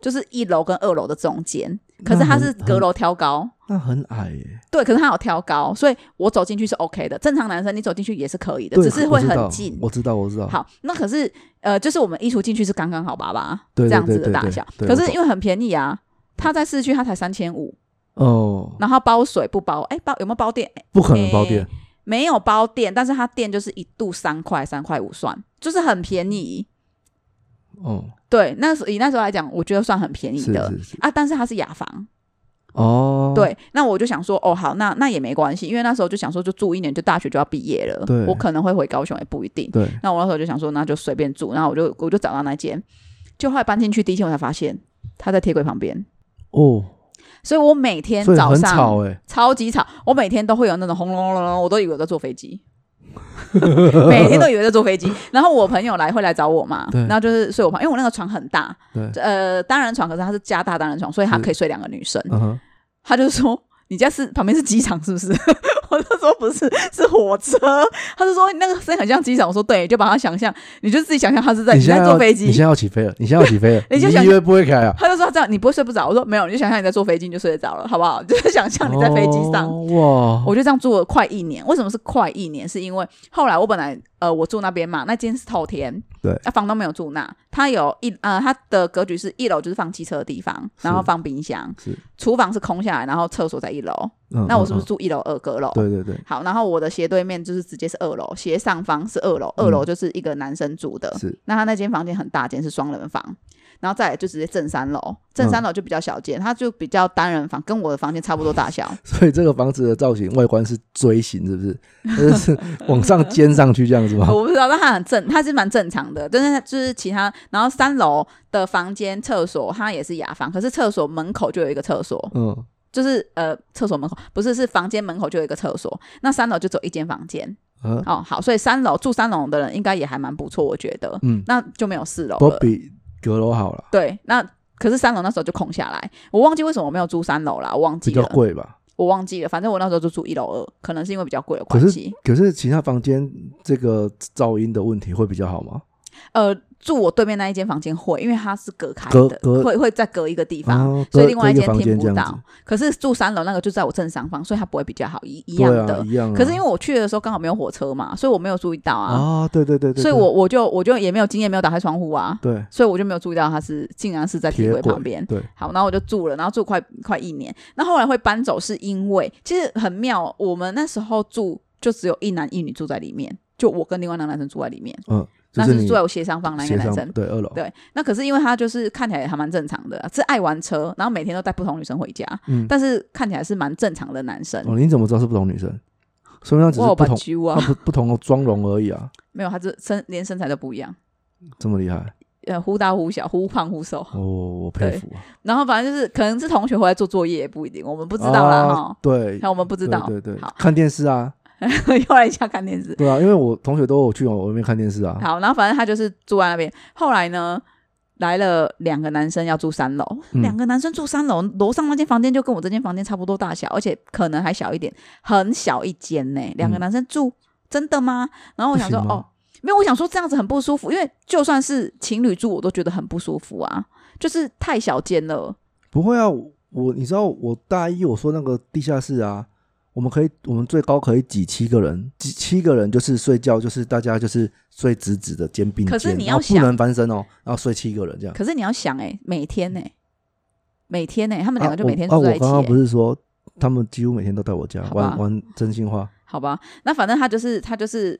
[SPEAKER 2] 就是一楼跟二楼的中间，可是它是
[SPEAKER 1] 那很
[SPEAKER 2] 阁楼挑高，
[SPEAKER 1] 那很矮耶，
[SPEAKER 2] 对，可是它有挑高，所以我走进去是 OK 的。正常男生你走进去也是可以的，
[SPEAKER 1] 对
[SPEAKER 2] 只是
[SPEAKER 1] 我
[SPEAKER 2] 会
[SPEAKER 1] 知道
[SPEAKER 2] 很近。
[SPEAKER 1] 我知道，我知道。
[SPEAKER 2] 好，那可是呃，就是我们衣橱进去是刚刚好吧吧，
[SPEAKER 1] 对对
[SPEAKER 2] 这样子
[SPEAKER 1] 对对
[SPEAKER 2] 的大
[SPEAKER 1] 对
[SPEAKER 2] 小。
[SPEAKER 1] 对
[SPEAKER 2] 可
[SPEAKER 1] 我
[SPEAKER 2] 是
[SPEAKER 1] 懂
[SPEAKER 2] 因为很便宜啊，它在市区它才三千五，
[SPEAKER 1] 哦，
[SPEAKER 2] 然后包水不包，哎、包有没有包电？哎
[SPEAKER 1] 不可能包店，
[SPEAKER 2] 没有包电，但是它电就是一度三块三块五算，就是很便宜。
[SPEAKER 1] 哦，
[SPEAKER 2] 对，那时以那时候来讲，我觉得算很便宜
[SPEAKER 1] 是
[SPEAKER 2] 的。
[SPEAKER 1] 是是，
[SPEAKER 2] 啊，但是它是雅房，
[SPEAKER 1] 哦，
[SPEAKER 2] 对，那我就想说，哦，好，那那也没关系，因为那时候就想说，就住一年，就大学就要毕业了
[SPEAKER 1] 对，
[SPEAKER 2] 我可能会回高雄，也不一定。
[SPEAKER 1] 对，
[SPEAKER 2] 那我那时候就想说，那就随便住，然后我就我就找到那间，就后来搬进去第一天，我才发现它在铁轨旁边，
[SPEAKER 1] 哦，
[SPEAKER 2] 所以我每天
[SPEAKER 1] 所以
[SPEAKER 2] 早
[SPEAKER 1] 很
[SPEAKER 2] 上
[SPEAKER 1] 吵哎，
[SPEAKER 2] 超级吵，我每天都会有那种轰隆隆隆隆，我都以为我在坐 飞机。每天都以为在坐飞机，然后我朋友来会来找我嘛
[SPEAKER 1] 对，
[SPEAKER 2] 然后就是睡我旁，因为我那个床很大，
[SPEAKER 1] 对，
[SPEAKER 2] 呃，单人床，可是它是加大单人床，所以它
[SPEAKER 1] 是
[SPEAKER 2] 可以睡两个女生。
[SPEAKER 1] 嗯哼，
[SPEAKER 2] 他就说：“你家是旁边是机场是不是？” 我就说：“不是，是火车。”他就说：“你那个声音很像机场。”我说：“对，就把它想象，你就自己想象他是在
[SPEAKER 1] 你
[SPEAKER 2] 你
[SPEAKER 1] 现
[SPEAKER 2] 在
[SPEAKER 1] 要
[SPEAKER 2] 坐飞
[SPEAKER 1] 你现
[SPEAKER 2] 机。，
[SPEAKER 1] 在要起飞了，你现在要起飞了
[SPEAKER 2] 你就想
[SPEAKER 1] 音乐不会开”啊。
[SPEAKER 2] 他就说：“这样你不会睡不着。”我说：“没有，你就想象你在坐飞机，你就睡得着了，好不 好？就是想象 你在飞机上。
[SPEAKER 1] 哦哇，
[SPEAKER 2] 我就这样住了快一年。为什么是快一年？是因为后来我本来呃我住那边嘛，那间是透天，
[SPEAKER 1] 对
[SPEAKER 2] 啊房东没有住那，他有一呃他的格局是一楼就是放汽车的地方，然后
[SPEAKER 1] 是
[SPEAKER 2] 放冰箱
[SPEAKER 1] 是，
[SPEAKER 2] 厨房是空下来，然后厕所在一楼。
[SPEAKER 1] 嗯
[SPEAKER 2] 那我是不是？
[SPEAKER 1] 嗯
[SPEAKER 2] 住一楼二阁楼？
[SPEAKER 1] 嗯对对对，
[SPEAKER 2] 好，然后我的斜对面就是直接是二楼，斜上方是二楼，
[SPEAKER 1] 嗯
[SPEAKER 2] 二楼就是一个男生住的。
[SPEAKER 1] 是
[SPEAKER 2] 那他那间房间很大间，是双人房，然后再来就直接正三楼，正
[SPEAKER 1] 嗯
[SPEAKER 2] 三楼就比较小间，它就比较单人房，跟我的房间差不多大小。
[SPEAKER 1] 所以这个房子的造型外观是锥形，是不是？ 就是 往上尖上去这样子吗？
[SPEAKER 2] 我不知道，但它很正，它是蛮正常的，但是它就是其他，然后三楼的房间厕所它也是雅房，可是厕所门口就有一个厕所，
[SPEAKER 1] 嗯，
[SPEAKER 2] 就是呃厕所门口不是是房间门口就有一个厕所，那三楼就只有一间房间。
[SPEAKER 1] 啊，
[SPEAKER 2] 哦，好，所以三楼住三楼的人应该也还蛮不错，我觉得。
[SPEAKER 1] 嗯，
[SPEAKER 2] 那就没有四楼
[SPEAKER 1] 都
[SPEAKER 2] 了。
[SPEAKER 1] 比阁楼好了，
[SPEAKER 2] 对，那可是三楼那时候就空下来，我忘记为什么我没有住三楼啦，我忘
[SPEAKER 1] 比
[SPEAKER 2] 记
[SPEAKER 1] 较
[SPEAKER 2] 了，
[SPEAKER 1] 贵吧？
[SPEAKER 2] 我忘记了。反正我那时候就住一楼二，可能是因为比较贵的
[SPEAKER 1] 可
[SPEAKER 2] 关
[SPEAKER 1] 是
[SPEAKER 2] 系。
[SPEAKER 1] 可是其他房间这个噪音的问题会比较好吗？
[SPEAKER 2] 呃，住我对面那一间房间会，因为它是隔开
[SPEAKER 1] 隔
[SPEAKER 2] 的，
[SPEAKER 1] 隔
[SPEAKER 2] 会会再隔一个地方。
[SPEAKER 1] 啊，
[SPEAKER 2] 所以
[SPEAKER 1] 隔
[SPEAKER 2] 另外一
[SPEAKER 1] 隔
[SPEAKER 2] 间
[SPEAKER 1] 房
[SPEAKER 2] 听
[SPEAKER 1] 间这
[SPEAKER 2] 不
[SPEAKER 1] 样
[SPEAKER 2] 到
[SPEAKER 1] 子，
[SPEAKER 2] 可是住三楼那个就在我正上方，所以它不会比较好，一一样
[SPEAKER 1] 对
[SPEAKER 2] 的。
[SPEAKER 1] 啊，一样啊。
[SPEAKER 2] 可是因为我去的时候刚好没有火车嘛，所以我没有注意到啊，
[SPEAKER 1] 啊，对对对对，
[SPEAKER 2] 所以
[SPEAKER 1] 对
[SPEAKER 2] 我我就我就也没有经验，没有打开窗户啊。
[SPEAKER 1] 对
[SPEAKER 2] 所以我就没有注意到它是竟然是在铁轨旁边。
[SPEAKER 1] 对，
[SPEAKER 2] 好，然后我就住了，然后住快快一年。那后来会搬走是因为其实很妙，我们那时候住就只有一男一女住在里面，就我跟另外那个男生住在里面，
[SPEAKER 1] 嗯，就
[SPEAKER 2] 那
[SPEAKER 1] 你
[SPEAKER 2] 是住在我斜上方那一个
[SPEAKER 1] 协
[SPEAKER 2] 男
[SPEAKER 1] 商
[SPEAKER 2] 生。
[SPEAKER 1] 对二楼，
[SPEAKER 2] 对，那可是因为他就是看起来还蛮正常的，是爱玩车，然后每天都带不同女生回家，
[SPEAKER 1] 嗯
[SPEAKER 2] 但是看起来是蛮正常的男生。
[SPEAKER 1] 哦，你怎么知道是不同女生？说明他只
[SPEAKER 2] 我
[SPEAKER 1] 是
[SPEAKER 2] 有
[SPEAKER 1] 不
[SPEAKER 2] 搬
[SPEAKER 1] 同，
[SPEAKER 2] 去
[SPEAKER 1] 他
[SPEAKER 2] 啊，
[SPEAKER 1] 不不同的妆容而已啊，
[SPEAKER 2] 没有，他这身连身材都不一样，
[SPEAKER 1] 这么厉害，
[SPEAKER 2] 呃，忽大忽小，忽胖忽瘦。
[SPEAKER 1] 哦，我佩服啊，
[SPEAKER 2] 然后反正就是可能是同学回来做作业也不一定，我们不知道啦
[SPEAKER 1] 啊
[SPEAKER 2] 哈。
[SPEAKER 1] 对，
[SPEAKER 2] 那我们不知道，
[SPEAKER 1] 对对对
[SPEAKER 2] 好，
[SPEAKER 1] 看电视啊，
[SPEAKER 2] 又来一下看电视。
[SPEAKER 1] 对啊，因为我同学都有去我外面看电视 啊，
[SPEAKER 2] 好，然后反正他就是住在那边。后来呢，来了两个男生要住三楼，
[SPEAKER 1] 嗯
[SPEAKER 2] 两个男生住三楼，楼上那间房间就跟我这间房间差不多大小，而且可能还小一点，很小一间呢。两个
[SPEAKER 1] 嗯
[SPEAKER 2] 男生住，真的吗？然后我想说，
[SPEAKER 1] 不行吗
[SPEAKER 2] 哦，没有，我想说这样子很不舒服，因为就算是情侣住，我都觉得很不舒服啊，就是太小间了。
[SPEAKER 1] 不会啊，我我你知道我大一我说那个地下室啊，我们可以我们最高可以挤七个人，挤七个人就是睡觉就是大家就是睡直直的肩并肩，
[SPEAKER 2] 可是你
[SPEAKER 1] 然后
[SPEAKER 2] 要
[SPEAKER 1] 不
[SPEAKER 2] 想
[SPEAKER 1] 能翻身哦，然后睡七个人这样。
[SPEAKER 2] 可是你要想，哎，每天呢、每天呢、欸他们两个就
[SPEAKER 1] 啊
[SPEAKER 2] 每天
[SPEAKER 1] 我
[SPEAKER 2] 住在
[SPEAKER 1] 啊、我
[SPEAKER 2] 一起、
[SPEAKER 1] 刚刚
[SPEAKER 2] 欸
[SPEAKER 1] 不是说他们几乎每天都在我家
[SPEAKER 2] 好吧
[SPEAKER 1] 玩玩真心话，
[SPEAKER 2] 好吧，那反正他就是他就是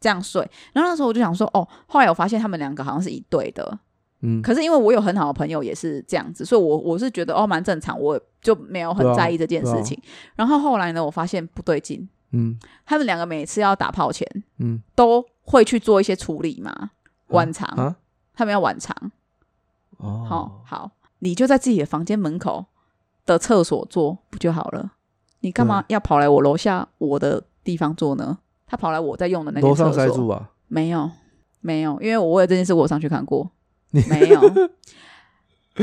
[SPEAKER 2] 这样睡。然后那时候我就想说，哦，后来我发现他们两个好像是一对的，
[SPEAKER 1] 嗯，
[SPEAKER 2] 可是因为我有很好的朋友也是这样子，所以我我是觉得哦蛮正常，我就没有
[SPEAKER 1] 对啊
[SPEAKER 2] 很在意这件
[SPEAKER 1] 对啊
[SPEAKER 2] 事情。然后后来呢，我发现不对劲，
[SPEAKER 1] 嗯
[SPEAKER 2] 他们两个每次要打炮前
[SPEAKER 1] 嗯，
[SPEAKER 2] 都会去做一些处理嘛，晚肠，
[SPEAKER 1] 啊，
[SPEAKER 2] 他们要晚肠。
[SPEAKER 1] 哦，
[SPEAKER 2] 好、好，你就在自己的房间门口的厕所做不就好了？你干嘛要跑来我楼下我的地方做呢？他跑来我在用的那个
[SPEAKER 1] 楼
[SPEAKER 2] 厕
[SPEAKER 1] 上塞
[SPEAKER 2] 所，
[SPEAKER 1] 住啊，
[SPEAKER 2] 没有没有，因为我为了这件事我有上去看过
[SPEAKER 1] 你，
[SPEAKER 2] 没有。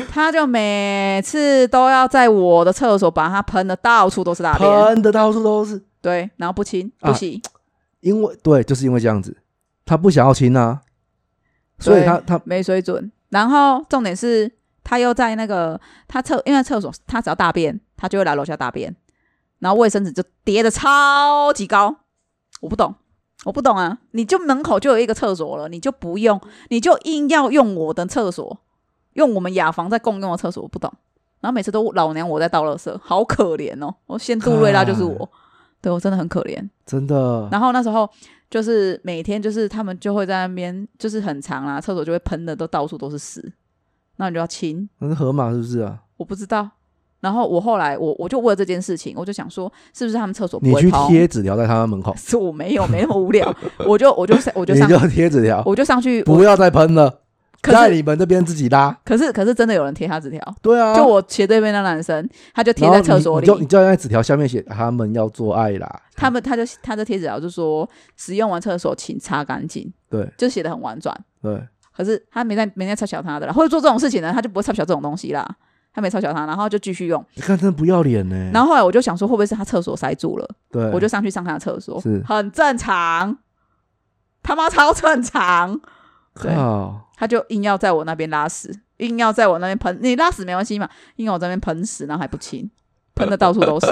[SPEAKER 2] 他就每次都要在我的厕所把它喷的到处都是大便，
[SPEAKER 1] 喷的到处都是，
[SPEAKER 2] 对，然后不清
[SPEAKER 1] 啊
[SPEAKER 2] 不洗，
[SPEAKER 1] 因为对，就是因为这样子，他不想要亲啊，所以
[SPEAKER 2] 对
[SPEAKER 1] 他他
[SPEAKER 2] 没水准。然后重点是，他又在那个他厕，因为厕所他只要大便，他就会来楼下大便，然后卫生纸就叠的超级高，我不懂。我不懂啊！你就门口就有一个厕所了，你就不用，你就硬要用我的厕所，用我们雅房在共用的厕所，我不懂。然后每次都老娘我在倒垃圾，好可怜哦！我先杜瑞拉就是我，对我真的很可怜。
[SPEAKER 1] 真的
[SPEAKER 2] 然后那时候就是每天就是他们就会在那边就是很长啦，厕所就会喷的都到处都是屎，那你就要清，
[SPEAKER 1] 那是河马是不是啊？
[SPEAKER 2] 我不知道。然后我后来我我就为了这件事情，我就想说是不是他们厕所不
[SPEAKER 1] 你
[SPEAKER 2] 会
[SPEAKER 1] 去
[SPEAKER 2] 通？
[SPEAKER 1] 贴纸条在他们门口，
[SPEAKER 2] 是我没有没那么无 聊，我就我就我就
[SPEAKER 1] 你
[SPEAKER 2] 上
[SPEAKER 1] 就贴纸条，
[SPEAKER 2] 我就上去，我
[SPEAKER 1] 不要再喷了，
[SPEAKER 2] 可
[SPEAKER 1] 在
[SPEAKER 2] 是
[SPEAKER 1] 你们这边自己拉。
[SPEAKER 2] 可是可是真的有人贴他纸条，
[SPEAKER 1] 对啊，
[SPEAKER 2] 就我斜对面那男生，他就贴
[SPEAKER 1] 然后
[SPEAKER 2] 在
[SPEAKER 1] 你
[SPEAKER 2] 厕所
[SPEAKER 1] 你就你
[SPEAKER 2] 里。
[SPEAKER 1] 就在纸条下面写他们要做爱啦。
[SPEAKER 2] 他们他就他的贴纸条就说使用完厕所请擦干净，
[SPEAKER 1] 对
[SPEAKER 2] 就写的很婉转。
[SPEAKER 1] 对，
[SPEAKER 2] 可是他没在没在插小他的啦，或者做这种事情呢，他就不会插小这种东西啦。他没插小他，然后就继续用。
[SPEAKER 1] 你看真的不要脸呢。
[SPEAKER 2] 然后后来我就想说，会不会是他厕所塞住了？
[SPEAKER 1] 对，
[SPEAKER 2] 我就上去上他的厕所
[SPEAKER 1] 是，
[SPEAKER 2] 很正常，他妈超正常。对
[SPEAKER 1] 靠，
[SPEAKER 2] 他就硬要在我那边拉屎，硬要在我那边喷，你拉屎没关系嘛，硬要我这边喷屎，然后还不亲，喷的到处都 是。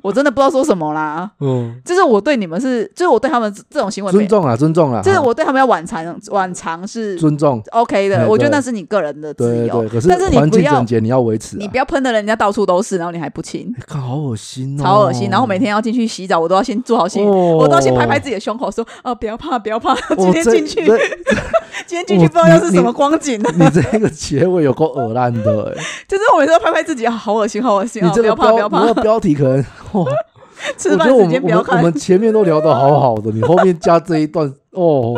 [SPEAKER 2] 我真的不知道说什么啦，
[SPEAKER 1] 嗯，
[SPEAKER 2] 就是我对你们是，就是我对他们这种行为没
[SPEAKER 1] 尊，重啊，尊重啊，
[SPEAKER 2] 就是
[SPEAKER 1] 哈
[SPEAKER 2] 我对他们要晚尝晚尝是
[SPEAKER 1] 尊重。
[SPEAKER 2] OK
[SPEAKER 1] 哎
[SPEAKER 2] 的，我觉得
[SPEAKER 1] 对
[SPEAKER 2] 那是你个人的自
[SPEAKER 1] 对
[SPEAKER 2] 由
[SPEAKER 1] 对，。可
[SPEAKER 2] 但是你
[SPEAKER 1] 环
[SPEAKER 2] 不
[SPEAKER 1] 境
[SPEAKER 2] 要
[SPEAKER 1] 整洁你要维持啊。
[SPEAKER 2] 你不要喷的人家到处都是，然后你还不亲，
[SPEAKER 1] 哎看好恶心哦，
[SPEAKER 2] 超恶心。然后每天要进去洗澡，我都要先做好心理，
[SPEAKER 1] 哦
[SPEAKER 2] 我都要先拍拍自己的胸口说：“哦，不要怕，不要怕， 今
[SPEAKER 1] 哦
[SPEAKER 2] 天
[SPEAKER 1] 这
[SPEAKER 2] 进去，
[SPEAKER 1] 这
[SPEAKER 2] 今天进去
[SPEAKER 1] 我
[SPEAKER 2] 不知道又
[SPEAKER 1] 你
[SPEAKER 2] 是什么
[SPEAKER 1] 你
[SPEAKER 2] 光景呢。
[SPEAKER 1] 你这个结尾有够恶烂的哎，”
[SPEAKER 2] 就是我每次都拍拍自己，啊好恶心，好恶心，
[SPEAKER 1] 你
[SPEAKER 2] 啊！
[SPEAKER 1] 这
[SPEAKER 2] 不
[SPEAKER 1] 个
[SPEAKER 2] 要怕，不
[SPEAKER 1] 标，你这，
[SPEAKER 2] 要怕
[SPEAKER 1] 个标题可能哇，
[SPEAKER 2] 吃
[SPEAKER 1] 我觉
[SPEAKER 2] 饭
[SPEAKER 1] 得我
[SPEAKER 2] 时
[SPEAKER 1] 们
[SPEAKER 2] 间
[SPEAKER 1] 我
[SPEAKER 2] 不
[SPEAKER 1] 们
[SPEAKER 2] 要
[SPEAKER 1] 我
[SPEAKER 2] 看
[SPEAKER 1] 们。前面都聊得好好的，你后面加这一 段哦，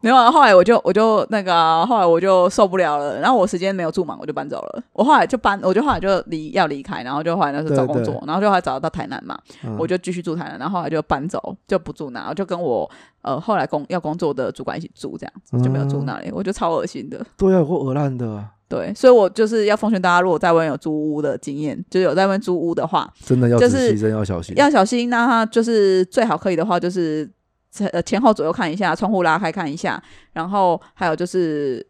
[SPEAKER 2] 没有啊，后来我就我就那个啊、后来我就受不了了，然后我时间没有住满，我就搬走了。我后来就搬，我就后来就离要离开，然后就后来那时候找
[SPEAKER 1] 对
[SPEAKER 2] 工作，然后就后来找到台南嘛，
[SPEAKER 1] 嗯
[SPEAKER 2] 我就继续住台南，然后后来就搬走，就不住那，就跟我呃后来工要工作的主管一起住，这样子就没有住那里，我觉得超恶心的。
[SPEAKER 1] 对啊，有够恶烂的啊，
[SPEAKER 2] 对，所以我就是要奉劝大家，如果在外面有租屋的经验，就是有在外面租屋的话，
[SPEAKER 1] 真的要仔
[SPEAKER 2] 就
[SPEAKER 1] 细，
[SPEAKER 2] 是
[SPEAKER 1] 真的要小心。
[SPEAKER 2] 要小心那它就是最好可以的话，就是呃前后左右看一下，窗户拉开看一下，然后还有就是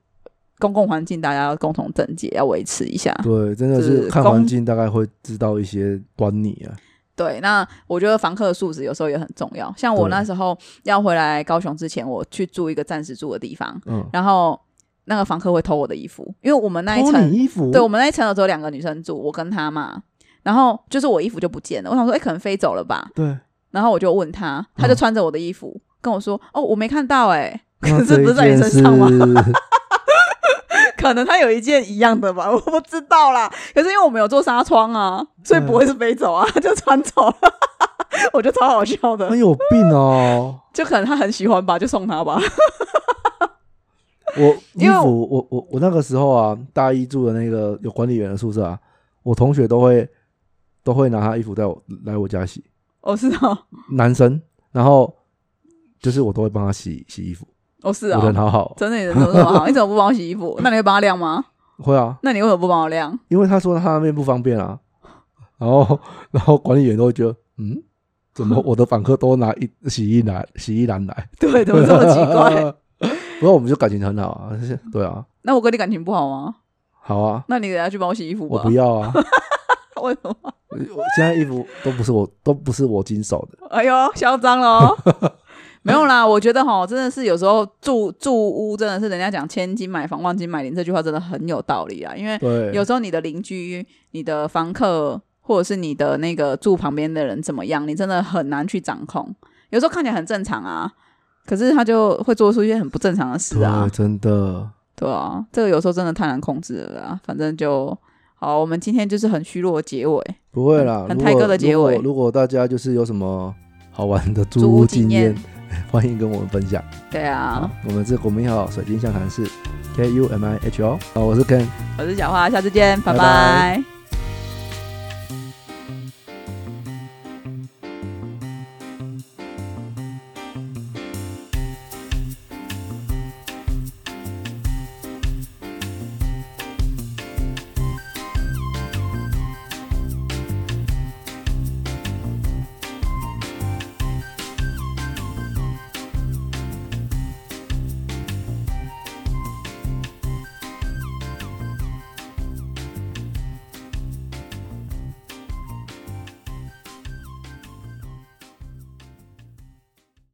[SPEAKER 2] 公共环境大家要共同整洁，要维持一下。
[SPEAKER 1] 对，真的
[SPEAKER 2] 就是是
[SPEAKER 1] 看
[SPEAKER 2] 公
[SPEAKER 1] 环境大概会知道一些端倪啊。
[SPEAKER 2] 对，那我觉得房客的素质有时候也很重要。像我
[SPEAKER 1] 对
[SPEAKER 2] 那时候要回来高雄之前，我去住一个暂时住的地方，
[SPEAKER 1] 嗯，
[SPEAKER 2] 然后那个房客会偷我的衣服，因为我们那一
[SPEAKER 1] 偷
[SPEAKER 2] 层
[SPEAKER 1] 你，衣服，
[SPEAKER 2] 对我们那一层有只有两个女生住，我跟她嘛。然后就是我衣服就不见了，我想说，哎、可能飞走了吧。
[SPEAKER 1] 对，
[SPEAKER 2] 然后我就问她，她就穿着我的衣服、跟我说，哦，我没看到、哎，可
[SPEAKER 1] 那
[SPEAKER 2] 是
[SPEAKER 1] 这
[SPEAKER 2] 不
[SPEAKER 1] 一
[SPEAKER 2] 是在你
[SPEAKER 1] 件
[SPEAKER 2] 身上吗？
[SPEAKER 1] 是
[SPEAKER 2] 可能她有一件一样的吧， 我不知道啦。可是因为我们有做纱窗啊，所以不会是飞走啊， 就穿走了。我觉得超好笑的
[SPEAKER 1] 很，有哎病 哦。
[SPEAKER 2] 就可能她很喜欢吧，就送她吧。
[SPEAKER 1] 我衣
[SPEAKER 2] 因为
[SPEAKER 1] 服，我我我那个时候啊，大一住的那个有管理员的宿舍啊，我同学都会都会拿他衣服带我来我家洗，
[SPEAKER 2] 哦，是哦，
[SPEAKER 1] 男生，然后就是我都会帮他洗洗衣服，
[SPEAKER 2] 哦， 是
[SPEAKER 1] 我人
[SPEAKER 2] 哦，
[SPEAKER 1] 好好，
[SPEAKER 2] 真的，你人怎么这么 好？你怎么不帮我洗衣服？那你会帮她晾吗？
[SPEAKER 1] 会啊，
[SPEAKER 2] 那你为什么不帮我晾？
[SPEAKER 1] 因为他说他那边不方便啊，然后 然后管理员都会觉得，嗯，怎 么我的访客都拿一洗衣篮洗衣篮来，
[SPEAKER 2] 对，怎么这么奇 怪？？
[SPEAKER 1] 不过我们就感情很好啊， 是对啊，
[SPEAKER 2] 那我跟你感情不好吗？
[SPEAKER 1] 好啊，
[SPEAKER 2] 那你等下去帮我洗衣服
[SPEAKER 1] 我
[SPEAKER 2] 吧。
[SPEAKER 1] 不要啊，
[SPEAKER 2] 为什么？
[SPEAKER 1] 我我现在衣服都不是我都不是我经手的，
[SPEAKER 2] 哎呦，嚣 张喽！没有啦，我觉得哈，真的是有时候住住屋真的是人家讲“千金买房，万金买邻”这句话真的很有道理啊。因为
[SPEAKER 1] 对，
[SPEAKER 2] 有时候你的邻居、你的房客，或者是你的那个住旁边的人怎么样，你真的很难去掌控。有时候看起来很正常啊，可是他就会做出一些很不正常的事啊
[SPEAKER 1] 对，。真的，
[SPEAKER 2] 对啊，这个有时候真的太难控制了啦。反正就好，我们今天就是很虚弱的结尾。
[SPEAKER 1] 不会啦，
[SPEAKER 2] 很很
[SPEAKER 1] 如
[SPEAKER 2] 泰
[SPEAKER 1] 果
[SPEAKER 2] 哥的结
[SPEAKER 1] 如果
[SPEAKER 2] 尾
[SPEAKER 1] 如果大家就是有什么好玩的租
[SPEAKER 2] 租
[SPEAKER 1] 屋
[SPEAKER 2] 屋
[SPEAKER 1] 经
[SPEAKER 2] 经
[SPEAKER 1] 验
[SPEAKER 2] 验，
[SPEAKER 1] 欢迎跟我们分享。
[SPEAKER 2] 对
[SPEAKER 1] 好
[SPEAKER 2] 啊，，
[SPEAKER 1] 我们是国民号水晶象谈室 K U M I H O，好，我是 Ken。
[SPEAKER 2] 我是小花，下次见，
[SPEAKER 1] 拜
[SPEAKER 2] 拜
[SPEAKER 1] 拜
[SPEAKER 2] 拜